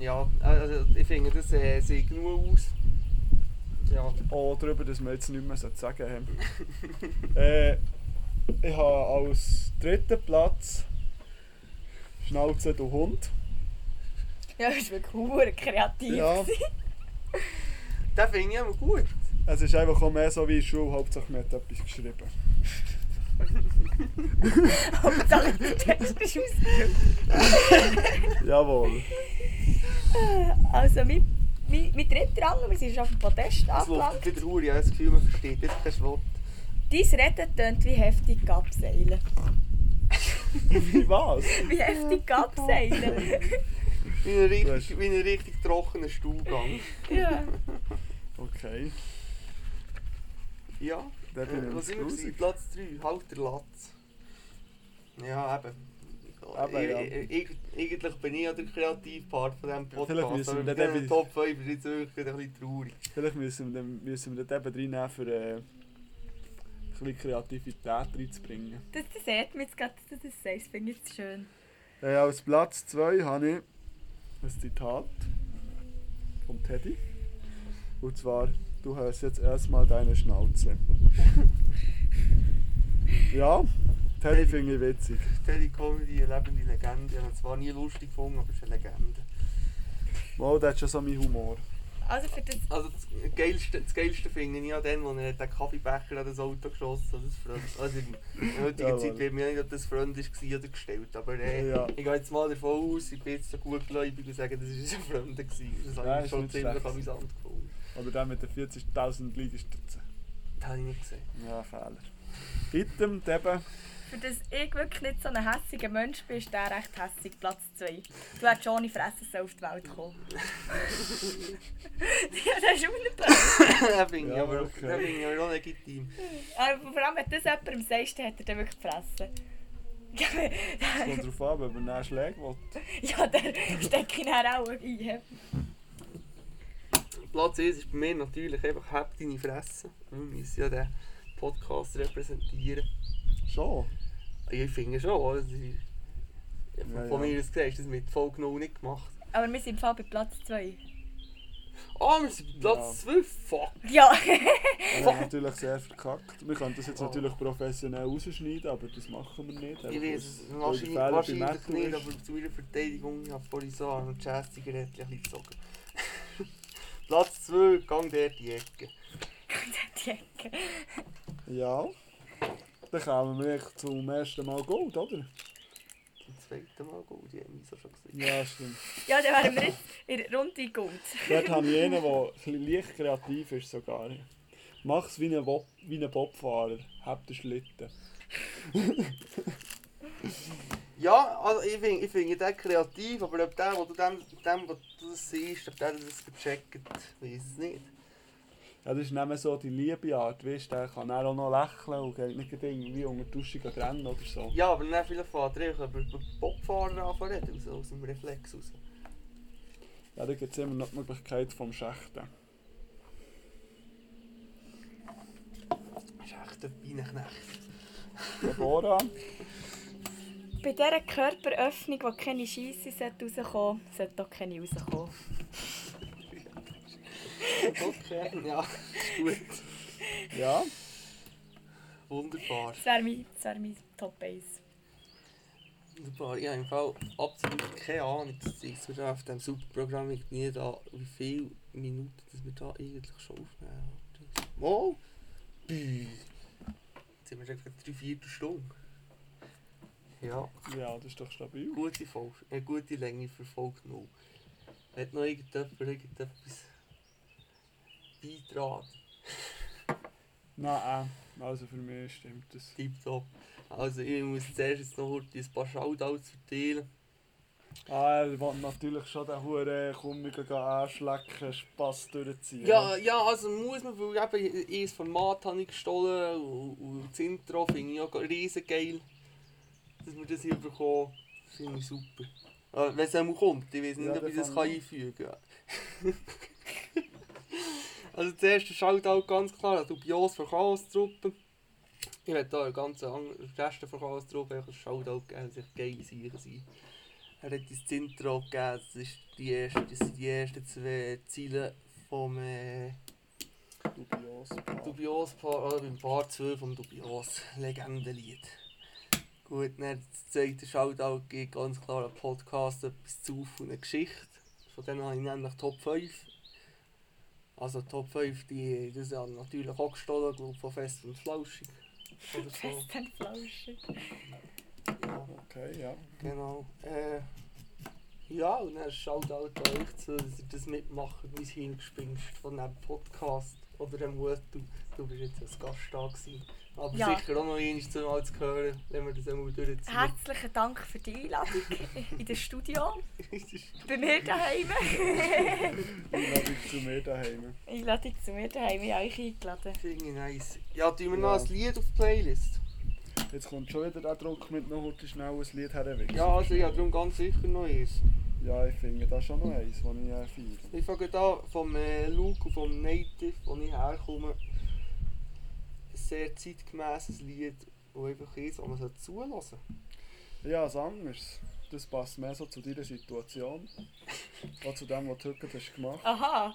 [SPEAKER 1] Ja, also ich finde, das äh, sieht genug aus. Ja.
[SPEAKER 3] auch darüber, dass wir jetzt nicht mehr sagen haben. äh, ich habe als dritten Platz Schnauze, du Hund.
[SPEAKER 2] Ja, das ist wirklich hure kreativ.
[SPEAKER 3] Ja.
[SPEAKER 1] Den finde ich aber gut.
[SPEAKER 3] Es ist einfach auch mehr so wie in der Schule, hauptsächlich man hat etwas geschrieben.
[SPEAKER 2] Hauptsache, du checkst es aus.
[SPEAKER 3] Jawohl.
[SPEAKER 2] Also, mein, mein, mein dritter Rang, wir sind schon auf dem Podest
[SPEAKER 1] Das läuft
[SPEAKER 2] angelangt.
[SPEAKER 1] wieder Hure, ich habe das Gefühl, man versteht jetzt kein Wort.
[SPEAKER 2] Dein Reden tönt wie heftig Gabseilen.
[SPEAKER 3] Wie was?
[SPEAKER 2] Wie heftig Gabseilen.
[SPEAKER 1] Wie ein
[SPEAKER 3] Weißt-
[SPEAKER 1] richtig, wie ein richtig trockener Stuhlgang.
[SPEAKER 2] Ja.
[SPEAKER 3] Okay,
[SPEAKER 1] Ja,
[SPEAKER 3] der bin
[SPEAKER 1] äh, was
[SPEAKER 3] ich
[SPEAKER 1] immer gewesen?
[SPEAKER 3] grusig.
[SPEAKER 1] Platz 3, halt der Latz. Ja, eben.
[SPEAKER 3] Eben, ja.
[SPEAKER 1] Ich- ich- ich- Eigentlich bin ich ja der Kreativpart von diesem Podcast.
[SPEAKER 3] vielleicht müssen wir
[SPEAKER 1] aber mit
[SPEAKER 3] dann
[SPEAKER 1] diesen
[SPEAKER 3] eben-
[SPEAKER 1] Top 5 ist jetzt wirklich ein bisschen traurig.
[SPEAKER 3] Vielleicht müssen wir, den- müssen wir das eben reinnehmen, für äh, ein bisschen Kreativität reinzubringen.
[SPEAKER 2] Das, das ehrt mich jetzt gerade, dass du das sagst. Finde ich jetzt schön.
[SPEAKER 3] Äh, als Platz 2 habe ich ein Zitat von Teddy. Und zwar, du hörst jetzt erstmal deine Schnauze. ja, Teddy finde ich witzig.
[SPEAKER 1] Teddy Comedy, eine lebende Legende. Ich habe ihn zwar nie lustig gefunden, aber es ist eine Legende.
[SPEAKER 3] Wow, der hat schon so meinen Humor.
[SPEAKER 2] Also für das...
[SPEAKER 1] Also das geilste, das geilste finde ich ja dann, als er den Kaffeebecher an das Auto geschossen hat. als Freund- Also in der heutigen
[SPEAKER 3] Ja,
[SPEAKER 1] Zeit
[SPEAKER 3] Mann.
[SPEAKER 1] weiß man nicht, ob das Freund war oder gestellt. Aber äh,
[SPEAKER 3] Ja.
[SPEAKER 1] ich gehe jetzt mal davon aus, ich bin jetzt so gutgläubig und sage, das war ein Freund. gewesen. Das
[SPEAKER 3] Nein,
[SPEAKER 1] habe
[SPEAKER 3] ist
[SPEAKER 1] ich schon
[SPEAKER 3] nicht
[SPEAKER 1] ziemlich
[SPEAKER 3] schlecht.
[SPEAKER 1] amüsant gefunden.
[SPEAKER 3] Aber der mit den 40.000 Liegestützen.
[SPEAKER 1] Das habe ich nicht gesehen.
[SPEAKER 3] Ja, Fehler. Item, Deben.
[SPEAKER 2] Für das ich wirklich nicht so ein hässiger Mensch bin, ist der recht hässig, Platz 2. Du hättest ohne Fresse so auf die Welt kommen. ja, das ist unabhängig.
[SPEAKER 1] den finde ich
[SPEAKER 3] Ja,
[SPEAKER 1] aber auch-
[SPEAKER 3] okay.
[SPEAKER 1] den finde ich aber auch legitim.
[SPEAKER 2] Aber vor allem, wenn du das jemandem sagst, dann hat er dann wirklich die Fresse.
[SPEAKER 3] Kommt drauf an, ob er einen Schläge will.
[SPEAKER 2] ja, der stecke ich dann auch ein.
[SPEAKER 1] Platz 1 ist bei mir natürlich einfach «Hab deine Fresse». Wir müssen ja den Podcast repräsentieren.
[SPEAKER 3] Schon.
[SPEAKER 1] Ja, Ich finde schon, also, ich- von,
[SPEAKER 3] Ja,
[SPEAKER 1] von
[SPEAKER 3] ja.
[SPEAKER 1] mir aus gesehen ist das mit Folge noch nicht gemacht.
[SPEAKER 2] Aber wir sind im Fall bei Platz 2.
[SPEAKER 1] Ah, wir sind bei Platz 12, fuck!
[SPEAKER 2] Ja,
[SPEAKER 3] Er hat natürlich sehr verkackt. Wir können das jetzt natürlich professionell rausschneiden, aber das machen wir nicht.
[SPEAKER 1] Oh. Ich
[SPEAKER 3] Einfach
[SPEAKER 1] weiß
[SPEAKER 3] aus-
[SPEAKER 1] es
[SPEAKER 3] weil der
[SPEAKER 1] wahrscheinlich,
[SPEAKER 3] Fehler bei
[SPEAKER 1] wahrscheinlich
[SPEAKER 3] Metal
[SPEAKER 1] nicht,
[SPEAKER 3] ist.
[SPEAKER 1] aber zu ihrer Verteidigung, ich habe vorhin so an Chestiger ein bisschen gezogen. Platz 12, gang der die Ecke.
[SPEAKER 2] die Ecke.
[SPEAKER 3] Ja. Dann kommen wir echt zum ersten Mal Gold, oder?
[SPEAKER 1] Zum zweiten Mal gut, die haben mich so schon gesehen.
[SPEAKER 3] Ja, stimmt.
[SPEAKER 2] Ja, dann wären wir jetzt in der Runde Gold.
[SPEAKER 3] Dort habe ich einen, der ein bisschen leicht kreativ ist sogar. Mach's wie ein, Wop- wie ein Bobfahrer. Habt den Schlitten.
[SPEAKER 1] Ja, also ich finde ich find den kreativ, aber ob der, wo du dem, dem wo du das siehst, ob der das gecheckt hat, weiß es nicht.
[SPEAKER 3] Ja, das ist nicht mehr so die liebe Art, weißt du, der kann dann auch noch lächeln und geht nicht gerade irgendwie unter die Dusche gehen rennen oder so.
[SPEAKER 1] Ja, aber dann vielleicht fährt er einfach über über die Popfahrer an zu reden, so aus dem Reflex raus.
[SPEAKER 3] Ja, da gibt es immer noch die Möglichkeit vom Schächten.
[SPEAKER 1] Das ist echt ein Beinenknecht.
[SPEAKER 3] Deborah,
[SPEAKER 2] Bei dieser Körperöffnung, wo keine Scheisse sollte rauskommen sollte, sollte auch keine rauskommen.
[SPEAKER 1] Okay, ja, ist gut.
[SPEAKER 3] ja.
[SPEAKER 1] Wunderbar.
[SPEAKER 2] Das wäre mein, das wär mein Top 1.
[SPEAKER 1] Wunderbar. Ich habe im Fall absolut keine Ahnung, dass ich mir da auf diesem Superprogramm nie da, wie viele Minuten dass wir da eigentlich schon aufnehmen. Mal? Bäh. Jetzt sind wir schon gerade drei, vier Stunden. Ja.
[SPEAKER 3] Ja, das ist doch stabil.
[SPEAKER 1] gute, Folge, eine gute Länge für Folge 0. Hat noch irgendjemand irgendetwas beitragen?
[SPEAKER 3] Nein, äh, also für mich stimmt das.
[SPEAKER 1] Tipptopp. Also ich muss zuerst jetzt noch kurz ein paar Shoutouts verteilen.
[SPEAKER 3] Ah, er will natürlich schon den Huren Kummigen anschlecken, Spass durchziehen.
[SPEAKER 1] Ja, ja, also muss man, weil eben ich das Format habe ich gestohlen und, und das Intro finde ich auch riesen geil. Dass wir das hier bekommen, finde ich super. Äh, Wenn es einmal kommt, ich weiß nicht,
[SPEAKER 3] Ja,
[SPEAKER 1] ob ich
[SPEAKER 3] dann
[SPEAKER 1] das
[SPEAKER 3] fang
[SPEAKER 1] kann
[SPEAKER 3] an.
[SPEAKER 1] einfügen kann. also zuerst ein Shoutout ganz klar an Dubios für Chaos-Truppe. Ich werde hier ganz anderen Gästen von Chaos-Truppe einfach ein Shoutout geben, dass ich geile Sachen sind. Er hat uns das Intro gegeben, das, ist die erste, das sind die ersten zwei Ziele vom... Äh,
[SPEAKER 3] Dubios. Ah,
[SPEAKER 1] Dubios Paar, oder beim Paar 2 vom Dubios, Legendenlied. Gut, dann das zweite Shoutout geht ganz klar ein Podcast, etwas zu auf und eine Geschichte. Von denen habe ich nämlich Top 5. Also Top 5, die, das habe ich natürlich auch gestohlen, glaube von Fest und Flauschig. Oder so,
[SPEAKER 2] Fest und flauschig.
[SPEAKER 1] ja,
[SPEAKER 3] Okay, ja.
[SPEAKER 1] genau. Äh, Ja, und dann schaut halt euch zu, dass ihr das mitmacht, mein Hirn gespinst von diesem Podcast oder dem Mut. Du, du bist jetzt als Gast da gewesen. Aber
[SPEAKER 2] Ja.
[SPEAKER 1] sicher auch noch einmal zweimal zu hören, wenn wir das einmal durchziehen.
[SPEAKER 2] Herzlichen Dank für die Einladung in das Studio,
[SPEAKER 1] Das ist-
[SPEAKER 2] bei mir daheim.
[SPEAKER 3] Einladung zu mir daheim.
[SPEAKER 2] Einladung zu mir daheim, ich habe euch eingeladen.
[SPEAKER 1] Finde ich nice. Ja, tun wir
[SPEAKER 3] Ja.
[SPEAKER 1] noch ein Lied auf die Playlist?
[SPEAKER 3] Jetzt kommt schon wieder der Druck mit noch heute schnell ein Lied herwischen.
[SPEAKER 1] Ja, also ja, darum ganz sicher noch eins.
[SPEAKER 3] Ja, ich finde da schon noch eins, das ich äh, feiere.
[SPEAKER 1] Ich fange da vom äh, Luke und vom Native, wo ich herkomme. Ein sehr zeitgemäßes Lied, das einfach ist, das man so zulassen
[SPEAKER 3] Ja, was anderes. Das passt mehr so zu deiner Situation. Auch zu dem, was du heute gerade hast gemacht
[SPEAKER 2] Aha,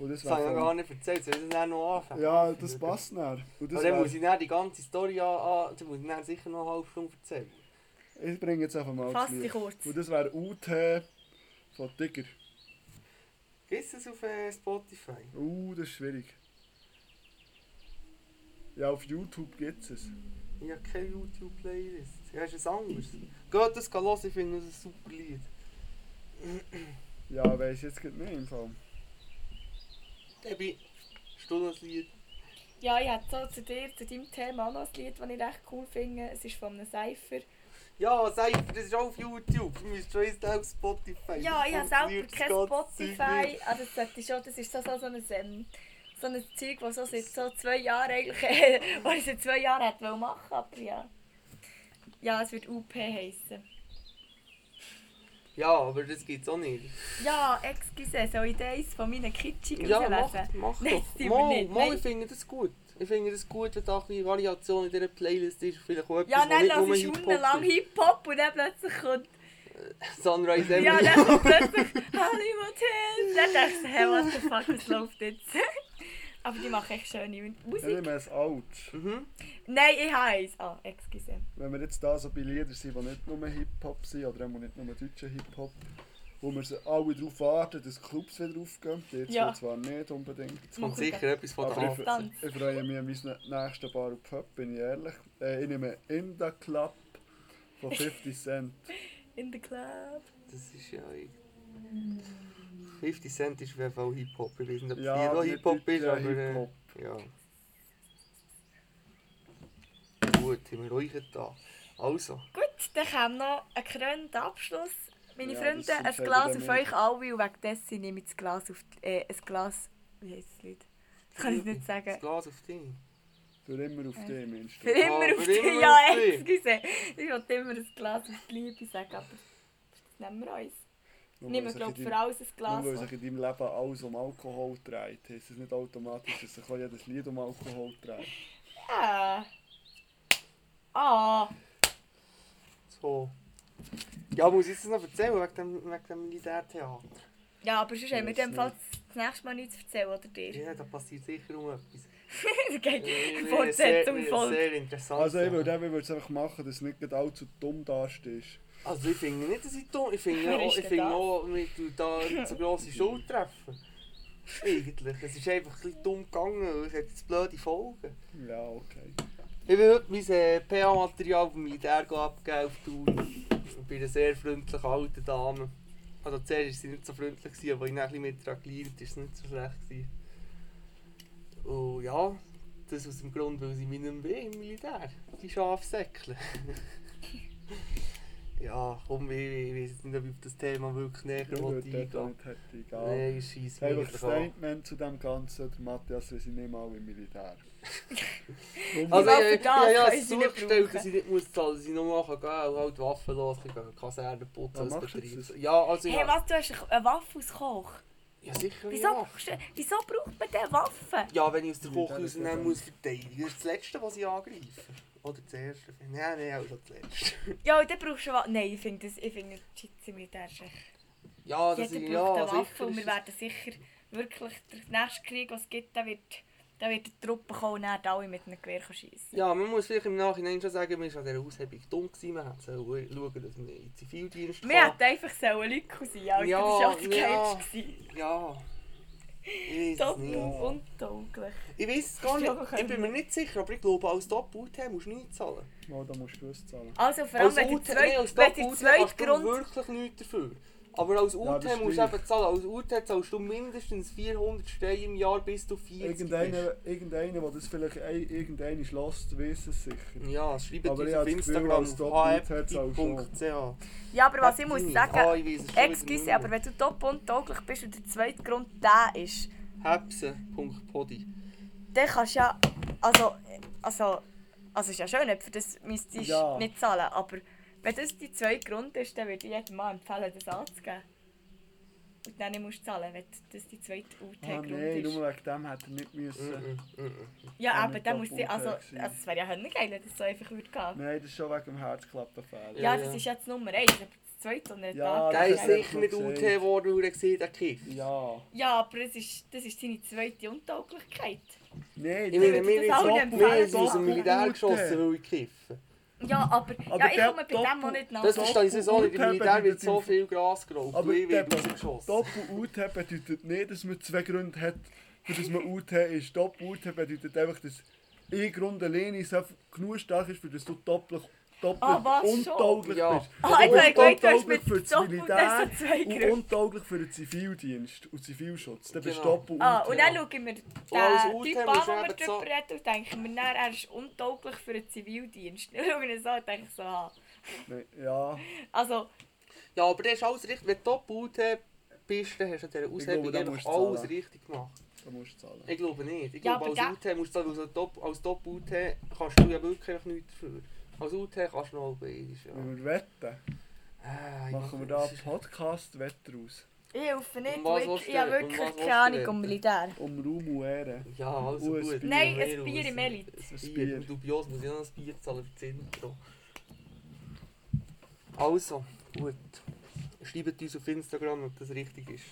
[SPEAKER 3] Und das
[SPEAKER 1] Das habe ich
[SPEAKER 3] wär
[SPEAKER 1] noch
[SPEAKER 3] vom-
[SPEAKER 1] gar nicht erzählt, soll ich das dann noch anfangen?
[SPEAKER 3] Ja, das passt nicht. Und das
[SPEAKER 1] Aber dann
[SPEAKER 3] wär-
[SPEAKER 1] muss ich dann die ganze Story an, an dann muss ich dann sicher noch eine halbe Stunde erzählen.
[SPEAKER 3] Ich bringe jetzt einfach mal
[SPEAKER 2] fass
[SPEAKER 3] das Lied.
[SPEAKER 2] dich kurz.
[SPEAKER 3] Und das wäre UT von Digger.
[SPEAKER 1] Gibt es auf äh, Spotify?
[SPEAKER 3] Uh, das ist schwierig. Ja, auf YouTube gibt es.
[SPEAKER 1] Ich habe keine YouTube-Playlist. Ja, ist es anders. Geht das kann hören, ich finde das ein super Lied.
[SPEAKER 3] Ja, weiß jetzt gerade nicht im Fall.
[SPEAKER 1] Debbie, hast du noch ein Lied?
[SPEAKER 2] Ja, ich habe so zu dir, zu deinem Thema auch noch ein Lied, das ich recht cool finde. Es ist von einem Cypher.
[SPEAKER 1] Ja, sag das ist auch auf YouTube. Du musst schon jetzt auf Spotify.
[SPEAKER 2] Ja, ich
[SPEAKER 1] Das
[SPEAKER 2] habe selber
[SPEAKER 1] funktioniert
[SPEAKER 2] kein
[SPEAKER 1] das ganze Zeug nicht.
[SPEAKER 2] Spotify. Also das, sollte ich schon, das ist so, so, so ein... Ähm, so ein Zeug, das so seit so zwei Jahren eigentlich, äh, was ich seit zwei Jahren hätte wollen machen aber ja. Ja, es wird UP heißen.
[SPEAKER 1] Ja, aber das gibt es auch nicht.
[SPEAKER 2] Ja, excuse, soll ich eins von meinen Kitschig
[SPEAKER 1] Ja, mach, mach
[SPEAKER 2] Nein,
[SPEAKER 1] doch.
[SPEAKER 2] das sind wir
[SPEAKER 1] Mal,
[SPEAKER 2] nicht.
[SPEAKER 1] mal,
[SPEAKER 2] Nein.
[SPEAKER 1] ich finde das gut. Ich finde das gut, wenn da ein bisschen Variation in dieser Playlist ist. Vielleicht auch etwas,
[SPEAKER 2] Ja,
[SPEAKER 1] wo
[SPEAKER 2] dann
[SPEAKER 1] nicht nur Hip-Hop
[SPEAKER 2] lass ich unten lang
[SPEAKER 1] ist.
[SPEAKER 2] Hip-Hop und dann plötzlich kommt...
[SPEAKER 1] Sunrise Emily.
[SPEAKER 2] Ja, dann kommt plötzlich Hollywood Hills. Dann denkst du, hey, what the fuck, was läuft jetzt? Aber die machen echt schöne
[SPEAKER 3] Nicht
[SPEAKER 2] Musik.
[SPEAKER 3] mehr als alt.
[SPEAKER 1] Mhm.
[SPEAKER 2] Nein, ich heiße... Ah, excuse.
[SPEAKER 3] Wenn wir jetzt da so bei Liedern sind, die nicht nur Hip-Hop sind, oder auch nicht nur deutscher Hip-Hop, wo wir so alle darauf warten, dass Clubs wieder aufgehen. Jetzt
[SPEAKER 2] Ja.
[SPEAKER 3] ja. zwar nicht unbedingt.
[SPEAKER 1] Und
[SPEAKER 2] Machen wir
[SPEAKER 1] sicher etwas von
[SPEAKER 3] Aber
[SPEAKER 1] der
[SPEAKER 3] ich,
[SPEAKER 1] Hand.
[SPEAKER 2] Tanz.
[SPEAKER 3] ich freue mich an meinen nächsten Bar und Pub, bin ich ehrlich. Äh, ich nehme In The Club von 50 Cent.
[SPEAKER 2] In the club.
[SPEAKER 1] Das ist ja... ich- 50 Cent ist auf jeden Fall Hip-Hop. Ich weiß nicht, ob es
[SPEAKER 3] Ja,
[SPEAKER 1] ja,
[SPEAKER 3] wir
[SPEAKER 1] Hip-Hop ist,
[SPEAKER 3] deutschen
[SPEAKER 1] aber... äh,
[SPEAKER 3] Hip-Hop.
[SPEAKER 1] Ja. Gut, haben wir euch da. Also,
[SPEAKER 2] Gut, dann kommt noch ein krönender Abschluss. Meine
[SPEAKER 3] Ja,
[SPEAKER 2] Freunde,
[SPEAKER 3] das
[SPEAKER 2] ein
[SPEAKER 3] entscheiden
[SPEAKER 2] Glas
[SPEAKER 3] dann
[SPEAKER 2] auf
[SPEAKER 3] wir.
[SPEAKER 2] euch alle und wegen dessen nehme ich das Glas auf... die- Äh, ein Glas... Wie heisst das Lied? Das kann ich nicht
[SPEAKER 1] das
[SPEAKER 2] sagen.
[SPEAKER 1] Glas auf dich.
[SPEAKER 3] Für immer auf dich, meinst
[SPEAKER 2] Für
[SPEAKER 3] du?
[SPEAKER 2] immer
[SPEAKER 1] Ah,
[SPEAKER 2] auf
[SPEAKER 1] für
[SPEAKER 2] die...
[SPEAKER 1] immer
[SPEAKER 2] Ja,
[SPEAKER 1] auf die.
[SPEAKER 2] excuse. Ich wollte immer ein Glas auf die Liebe sagen, aber... Das nehmen wir uns.
[SPEAKER 3] Nur weil
[SPEAKER 2] Nehmen wir,
[SPEAKER 3] sich
[SPEAKER 2] glaube
[SPEAKER 3] in
[SPEAKER 2] für
[SPEAKER 3] deinem-
[SPEAKER 2] alles ein Glas.
[SPEAKER 3] Nur weil sich in deinem Leben alles um Alkohol dreht, heisst es nicht automatisch, dass sich auch jedes Lied um Alkohol dreht.
[SPEAKER 2] Ah. Ah.
[SPEAKER 1] So. Ja, muss ich jetzt noch erzählen, wegen dem, wegen dem Militärtheater.
[SPEAKER 2] Ja, aber sonst haben wir
[SPEAKER 3] Weiß
[SPEAKER 2] dem Fall
[SPEAKER 3] nicht.
[SPEAKER 2] das nächste Mal nichts zu erzählen, oder dir?
[SPEAKER 1] Ja, da passiert sicher um etwas.
[SPEAKER 2] Okay,
[SPEAKER 1] Äh,
[SPEAKER 2] Fortsetzung
[SPEAKER 1] sehr-
[SPEAKER 2] folgt.
[SPEAKER 1] Sehr interessant.
[SPEAKER 3] Also ich
[SPEAKER 1] Sache.
[SPEAKER 3] würde es einfach machen, dass es nicht gerade allzu dumm dastehst.
[SPEAKER 1] Also ich finde nicht, dass ich dumm Ich finde
[SPEAKER 2] Wer
[SPEAKER 1] auch,
[SPEAKER 2] ist
[SPEAKER 1] ich
[SPEAKER 2] denn
[SPEAKER 1] finde
[SPEAKER 2] das?
[SPEAKER 1] auch wir tun da nicht so grosse Schuld treffen. Eigentlich. Es ist einfach ein bisschen dumm gegangen und es hat jetzt blöde Folgen.
[SPEAKER 3] Ja, okay.
[SPEAKER 1] Ich will heute mein äh, PA-Material vom Militär gehen abgeben auf Tour. Bei einer sehr freundlichen alten Dame. Also zuerst war sie nicht so freundlich, gewesen, aber ich dann ein bisschen mit reagiert, ist es nicht so schlecht. Gewesen. Und ja, das aus dem Grund, weil sie mich nicht mehr will im Militär. Die Schafsäckle. ja, komm, ich, ich weiß jetzt nicht, ob ich auf das Thema wirklich näher
[SPEAKER 3] Ich würde
[SPEAKER 1] will
[SPEAKER 3] dort auch
[SPEAKER 1] eingehen
[SPEAKER 3] nicht hätte, egal.
[SPEAKER 1] Nein, ich scheisse mich
[SPEAKER 3] Einfach ein
[SPEAKER 1] wirklich an.
[SPEAKER 3] Statement zu dem Ganzen, der Matthias, wir sind nicht mal im Militär. Darum-
[SPEAKER 1] Also
[SPEAKER 2] Waffe
[SPEAKER 1] ich, ich, ich,
[SPEAKER 2] Gas
[SPEAKER 1] habe
[SPEAKER 2] können
[SPEAKER 1] es
[SPEAKER 2] sie nicht
[SPEAKER 1] zugestellt,
[SPEAKER 2] brauchen.
[SPEAKER 1] dass ich nicht muss zahlen, dass ich nur kann gehen und halt Waffen los, ich kann Kaserne
[SPEAKER 3] Ah,
[SPEAKER 1] putzen, das
[SPEAKER 3] machst du
[SPEAKER 1] Betrieb.
[SPEAKER 3] das?
[SPEAKER 1] Ja, also
[SPEAKER 2] Hey,
[SPEAKER 1] ja,
[SPEAKER 2] was, du hast eine Waffe aus Koch?
[SPEAKER 1] ja sicher
[SPEAKER 2] Wieso,
[SPEAKER 1] ja.
[SPEAKER 2] brauchst du, wieso braucht man diese Waffe?
[SPEAKER 1] Ja, wenn ich aus der
[SPEAKER 3] Militär
[SPEAKER 1] Küche
[SPEAKER 3] ist ja
[SPEAKER 1] rausnehmen
[SPEAKER 3] dann-
[SPEAKER 1] muss, verteidigen. Das ist das Letzte, Dus was ich angreife. Oder das Erste. Nein, nein, also das Letzte.
[SPEAKER 2] Ja, und dann brauchst du eine Waffe. Nein, ich finde das, ich finde das Schweizer Militär schlecht.
[SPEAKER 1] Ja, das ist
[SPEAKER 2] Jeder
[SPEAKER 1] ja,
[SPEAKER 2] braucht eine Waffe
[SPEAKER 1] sicher
[SPEAKER 2] und
[SPEAKER 1] ist
[SPEAKER 2] wir
[SPEAKER 1] das-
[SPEAKER 2] werden sicher wirklich, der nächste Krieg, was es gibt, da wird, da wird die Truppe kommen und dann alle mit einem Gewehr schiessen.
[SPEAKER 1] Ja, man muss vielleicht im Nachhinein schon sagen, wir waren an dieser Aushebung dumm. Gewesen. Man hätte sollen schauen, dass man in den Zivildienst
[SPEAKER 2] Wir hätten einfach so ein Lyko sein also
[SPEAKER 1] Ja,
[SPEAKER 2] das war echt
[SPEAKER 1] ja.
[SPEAKER 2] das Geilste.
[SPEAKER 1] Ja. Ich weiß es
[SPEAKER 2] Doppelt
[SPEAKER 1] nicht.
[SPEAKER 3] Ja.
[SPEAKER 2] untauglich.
[SPEAKER 1] Ich weiß es gar
[SPEAKER 2] Ja,
[SPEAKER 1] nicht. Ich bin mir nicht sicher, aber ich glaube, als Top-Out musst du nichts zahlen.
[SPEAKER 3] Mal, da musst du gewusst zahlen.
[SPEAKER 2] Also vor allem,
[SPEAKER 1] Als
[SPEAKER 2] wenn der
[SPEAKER 1] Auto, nein, als
[SPEAKER 2] zweite
[SPEAKER 1] Top-Out kannst du
[SPEAKER 2] Grund...
[SPEAKER 1] wirklich nichts dafür. Aber als
[SPEAKER 3] Ja,
[SPEAKER 1] UT
[SPEAKER 3] das
[SPEAKER 1] musst du
[SPEAKER 3] stimmt.
[SPEAKER 1] eben zahlen. Als UT zahlst du mindestens 400 Steine im Jahr bis du 40 bist.
[SPEAKER 3] Irgendeiner, irgendeiner, der das vielleicht ein- irgendeiner schloss, weiss es sicher.
[SPEAKER 1] Ja, schreibt
[SPEAKER 3] Aber
[SPEAKER 1] uns
[SPEAKER 3] ich habe
[SPEAKER 1] auf
[SPEAKER 3] das Gefühl,
[SPEAKER 1] Instagram
[SPEAKER 3] als Top-Leute hat's auch schon.
[SPEAKER 1] hf.ch.
[SPEAKER 2] Ja, aber was ich muss
[SPEAKER 1] Ah,
[SPEAKER 2] sagen,
[SPEAKER 1] ich weiss es schon wieder nicht
[SPEAKER 2] excuse,
[SPEAKER 1] mehr.
[SPEAKER 2] aber wenn du top und tauglich bist und der zweite Grund der ist,
[SPEAKER 1] Hebse.podi.
[SPEAKER 2] dann kannst du ja, also, also, also ist ja schön, nicht für das müsstest du
[SPEAKER 3] Ja.
[SPEAKER 2] nicht zahlen, aber wenn das die zweite Grund ist, dann würde ich jedem Mann empfehlen, das anzugeben. Und dann nicht musst du zahlen, wenn das die zweite
[SPEAKER 3] Ah,
[SPEAKER 2] UT-Grund
[SPEAKER 3] nein,
[SPEAKER 2] ist.
[SPEAKER 3] nur wegen dem hätte er nicht müssen.
[SPEAKER 1] Mhm.
[SPEAKER 2] ja,
[SPEAKER 3] Ja,
[SPEAKER 2] aber
[SPEAKER 3] nicht
[SPEAKER 2] dann
[SPEAKER 3] top
[SPEAKER 2] musst du, also,
[SPEAKER 3] UT
[SPEAKER 2] also
[SPEAKER 3] gewesen.
[SPEAKER 2] es wäre ja höllengeil, wenn das so einfach würde gehen.
[SPEAKER 3] Nein, das ist schon wegen dem Herzklappenfehler.
[SPEAKER 2] Ja,
[SPEAKER 1] Ja,
[SPEAKER 2] das
[SPEAKER 1] ja.
[SPEAKER 2] ist jetzt Nummer eins, aber das zweite und nicht
[SPEAKER 3] Ja,
[SPEAKER 1] Der
[SPEAKER 3] das
[SPEAKER 1] ist
[SPEAKER 3] hat er
[SPEAKER 1] sicher
[SPEAKER 3] schon
[SPEAKER 1] nicht UT
[SPEAKER 3] gesagt.
[SPEAKER 1] geworden, weil er gesehen hat, er kifft.
[SPEAKER 3] Ja.
[SPEAKER 2] Ja, aber das ist, das ist seine zweite Untauglichkeit.
[SPEAKER 3] Nein,
[SPEAKER 1] Ich
[SPEAKER 3] das-
[SPEAKER 1] meine,
[SPEAKER 2] das
[SPEAKER 1] wir
[SPEAKER 2] auch nicht
[SPEAKER 1] haben
[SPEAKER 2] empfehlen.
[SPEAKER 1] uns aus dem
[SPEAKER 3] Doppel-UT.
[SPEAKER 1] Militär geschossen, weil ich kiffe.
[SPEAKER 2] Ja, aber, ja,
[SPEAKER 3] Aber
[SPEAKER 2] ich
[SPEAKER 3] der
[SPEAKER 2] komme bei dem
[SPEAKER 3] Doppel-
[SPEAKER 2] auch nicht nach.
[SPEAKER 1] Das verstehe ich so nicht. Im
[SPEAKER 3] Doppel-UT
[SPEAKER 1] Militär wird
[SPEAKER 3] bedeutet
[SPEAKER 1] so
[SPEAKER 3] im-
[SPEAKER 1] viel Gras geraucht und
[SPEAKER 3] Aber
[SPEAKER 1] ich
[SPEAKER 3] der
[SPEAKER 1] werde rausgeschossen.
[SPEAKER 3] Doppel-UT bedeutet nicht, dass man zwei Gründe hat, für dass man UT ist. Doppel-UT bedeutet einfach, dass ein Grund alleine so f- genug stark ist, für das du doppelt, doppelt
[SPEAKER 2] Ah, was schon?
[SPEAKER 3] untauglich
[SPEAKER 1] Ja.
[SPEAKER 3] bist.
[SPEAKER 2] Ah, ich
[SPEAKER 3] Du bist
[SPEAKER 2] habe gedacht, du hast
[SPEAKER 3] untauglich
[SPEAKER 2] mit
[SPEAKER 3] für das
[SPEAKER 2] Doppel-UT
[SPEAKER 3] Militär
[SPEAKER 2] so zwei Gründe.
[SPEAKER 3] und untauglich für den Zivildienst und Zivilschutz. Dann bist du
[SPEAKER 1] Genau.
[SPEAKER 3] Doppel-UT.
[SPEAKER 2] Ah, und dann schauen wir den
[SPEAKER 1] als
[SPEAKER 2] Typ
[SPEAKER 1] Urteil musst du
[SPEAKER 2] an, wo wir
[SPEAKER 1] eben
[SPEAKER 2] drüber
[SPEAKER 1] so-
[SPEAKER 2] reden, und denken wir, dann, er ist untauglich für den Zivildienst. Dann schauen wir ihn so und denken so, ah.
[SPEAKER 3] Nein, ja,
[SPEAKER 2] Also,
[SPEAKER 1] Ja, aber das ist alles richtig. Wenn du Top-UT bist, dann hast du an dieser Aushebung
[SPEAKER 3] glaube, da
[SPEAKER 1] einfach
[SPEAKER 3] musst du zahlen.
[SPEAKER 1] alles richtig gemacht.
[SPEAKER 3] da musst du zahlen.
[SPEAKER 1] Ich glaube nicht. Ich
[SPEAKER 2] Ja,
[SPEAKER 1] glaube,
[SPEAKER 2] aber
[SPEAKER 1] als UT musst du sagen, als Top- als Top-UT kannst du ja wirklich einfach nichts dafür. Als UT kannst du noch beides. Ja.
[SPEAKER 3] Wenn wir wetten,
[SPEAKER 1] Äh,
[SPEAKER 3] Mhm. machen wir
[SPEAKER 1] ja,
[SPEAKER 3] da
[SPEAKER 1] das ist-
[SPEAKER 3] Podcast-Wett draus.
[SPEAKER 2] ich hoffe nicht,
[SPEAKER 1] Um was
[SPEAKER 2] weil
[SPEAKER 1] willst
[SPEAKER 2] ich,
[SPEAKER 1] du
[SPEAKER 2] ich habe
[SPEAKER 1] reden? Um
[SPEAKER 2] wirklich
[SPEAKER 1] was willst du
[SPEAKER 2] keine Ahnung
[SPEAKER 1] reden?
[SPEAKER 2] um Militär.
[SPEAKER 3] Um Raum und Ehren.
[SPEAKER 1] Ja, also
[SPEAKER 3] Oh, ein
[SPEAKER 1] gut.
[SPEAKER 3] Bier.
[SPEAKER 2] Nein,
[SPEAKER 1] Mehr
[SPEAKER 2] ein Bier
[SPEAKER 1] raus.
[SPEAKER 2] im Elite.
[SPEAKER 1] Ein
[SPEAKER 3] Ein
[SPEAKER 1] Bier.
[SPEAKER 3] Bier.
[SPEAKER 1] Und dubios muss ich noch ein Bier zahlen für das Intro. Also, gut. Schreibt uns auf Instagram, ob das richtig ist.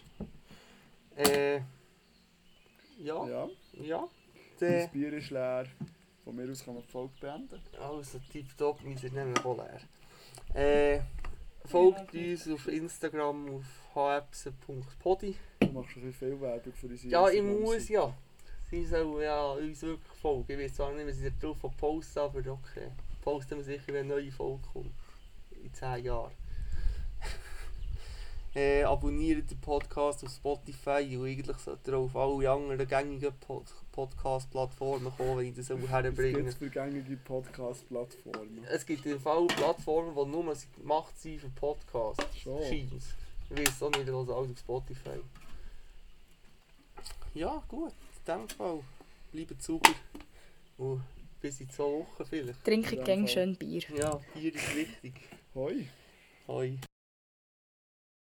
[SPEAKER 1] Äh. Ja, ja.
[SPEAKER 3] Ja,
[SPEAKER 1] Dann-
[SPEAKER 3] das Bier ist leer. Von mir aus kann man die Folge beenden.
[SPEAKER 1] Also, tipptopp, wir sind nämlich auch leer. Äh, folgt uns auf Instagram auf hapse.podi.
[SPEAKER 3] Du machst ein bisschen viel Werbung für unsere
[SPEAKER 1] Ja, ich
[SPEAKER 3] Instagram-Seite.
[SPEAKER 1] muss ja. Sie sollen ja uns wirklich folgen. Ich weiß zwar nicht, was sie darauf posten, aber okay. Posten wir sicher, wenn eine neue Folge kommt. In 10 Jahren. äh, abonniert den Podcast auf Spotify und eigentlich sollte er auf alle anderen gängigen Pod Podcast-Plattformen kommen, wenn ich das auch
[SPEAKER 3] Es
[SPEAKER 1] herbringe.
[SPEAKER 3] gibt für gängige Podcast-Plattformen.
[SPEAKER 1] Es gibt in Fall Plattformen, die nur gemacht sind für Podcasts.
[SPEAKER 3] Schon.
[SPEAKER 1] Scheint's. Ich weiß auch nicht, was alles auf Spotify. Ja, gut. In dem Fall. Bleibt sauber. Und bis in zwei Wochen vielleicht.
[SPEAKER 2] Trinke
[SPEAKER 3] In dem
[SPEAKER 2] gern
[SPEAKER 3] Fall.
[SPEAKER 2] schön Bier.
[SPEAKER 1] Ja, Bier ist wichtig.
[SPEAKER 3] Hoi!
[SPEAKER 1] Hoi.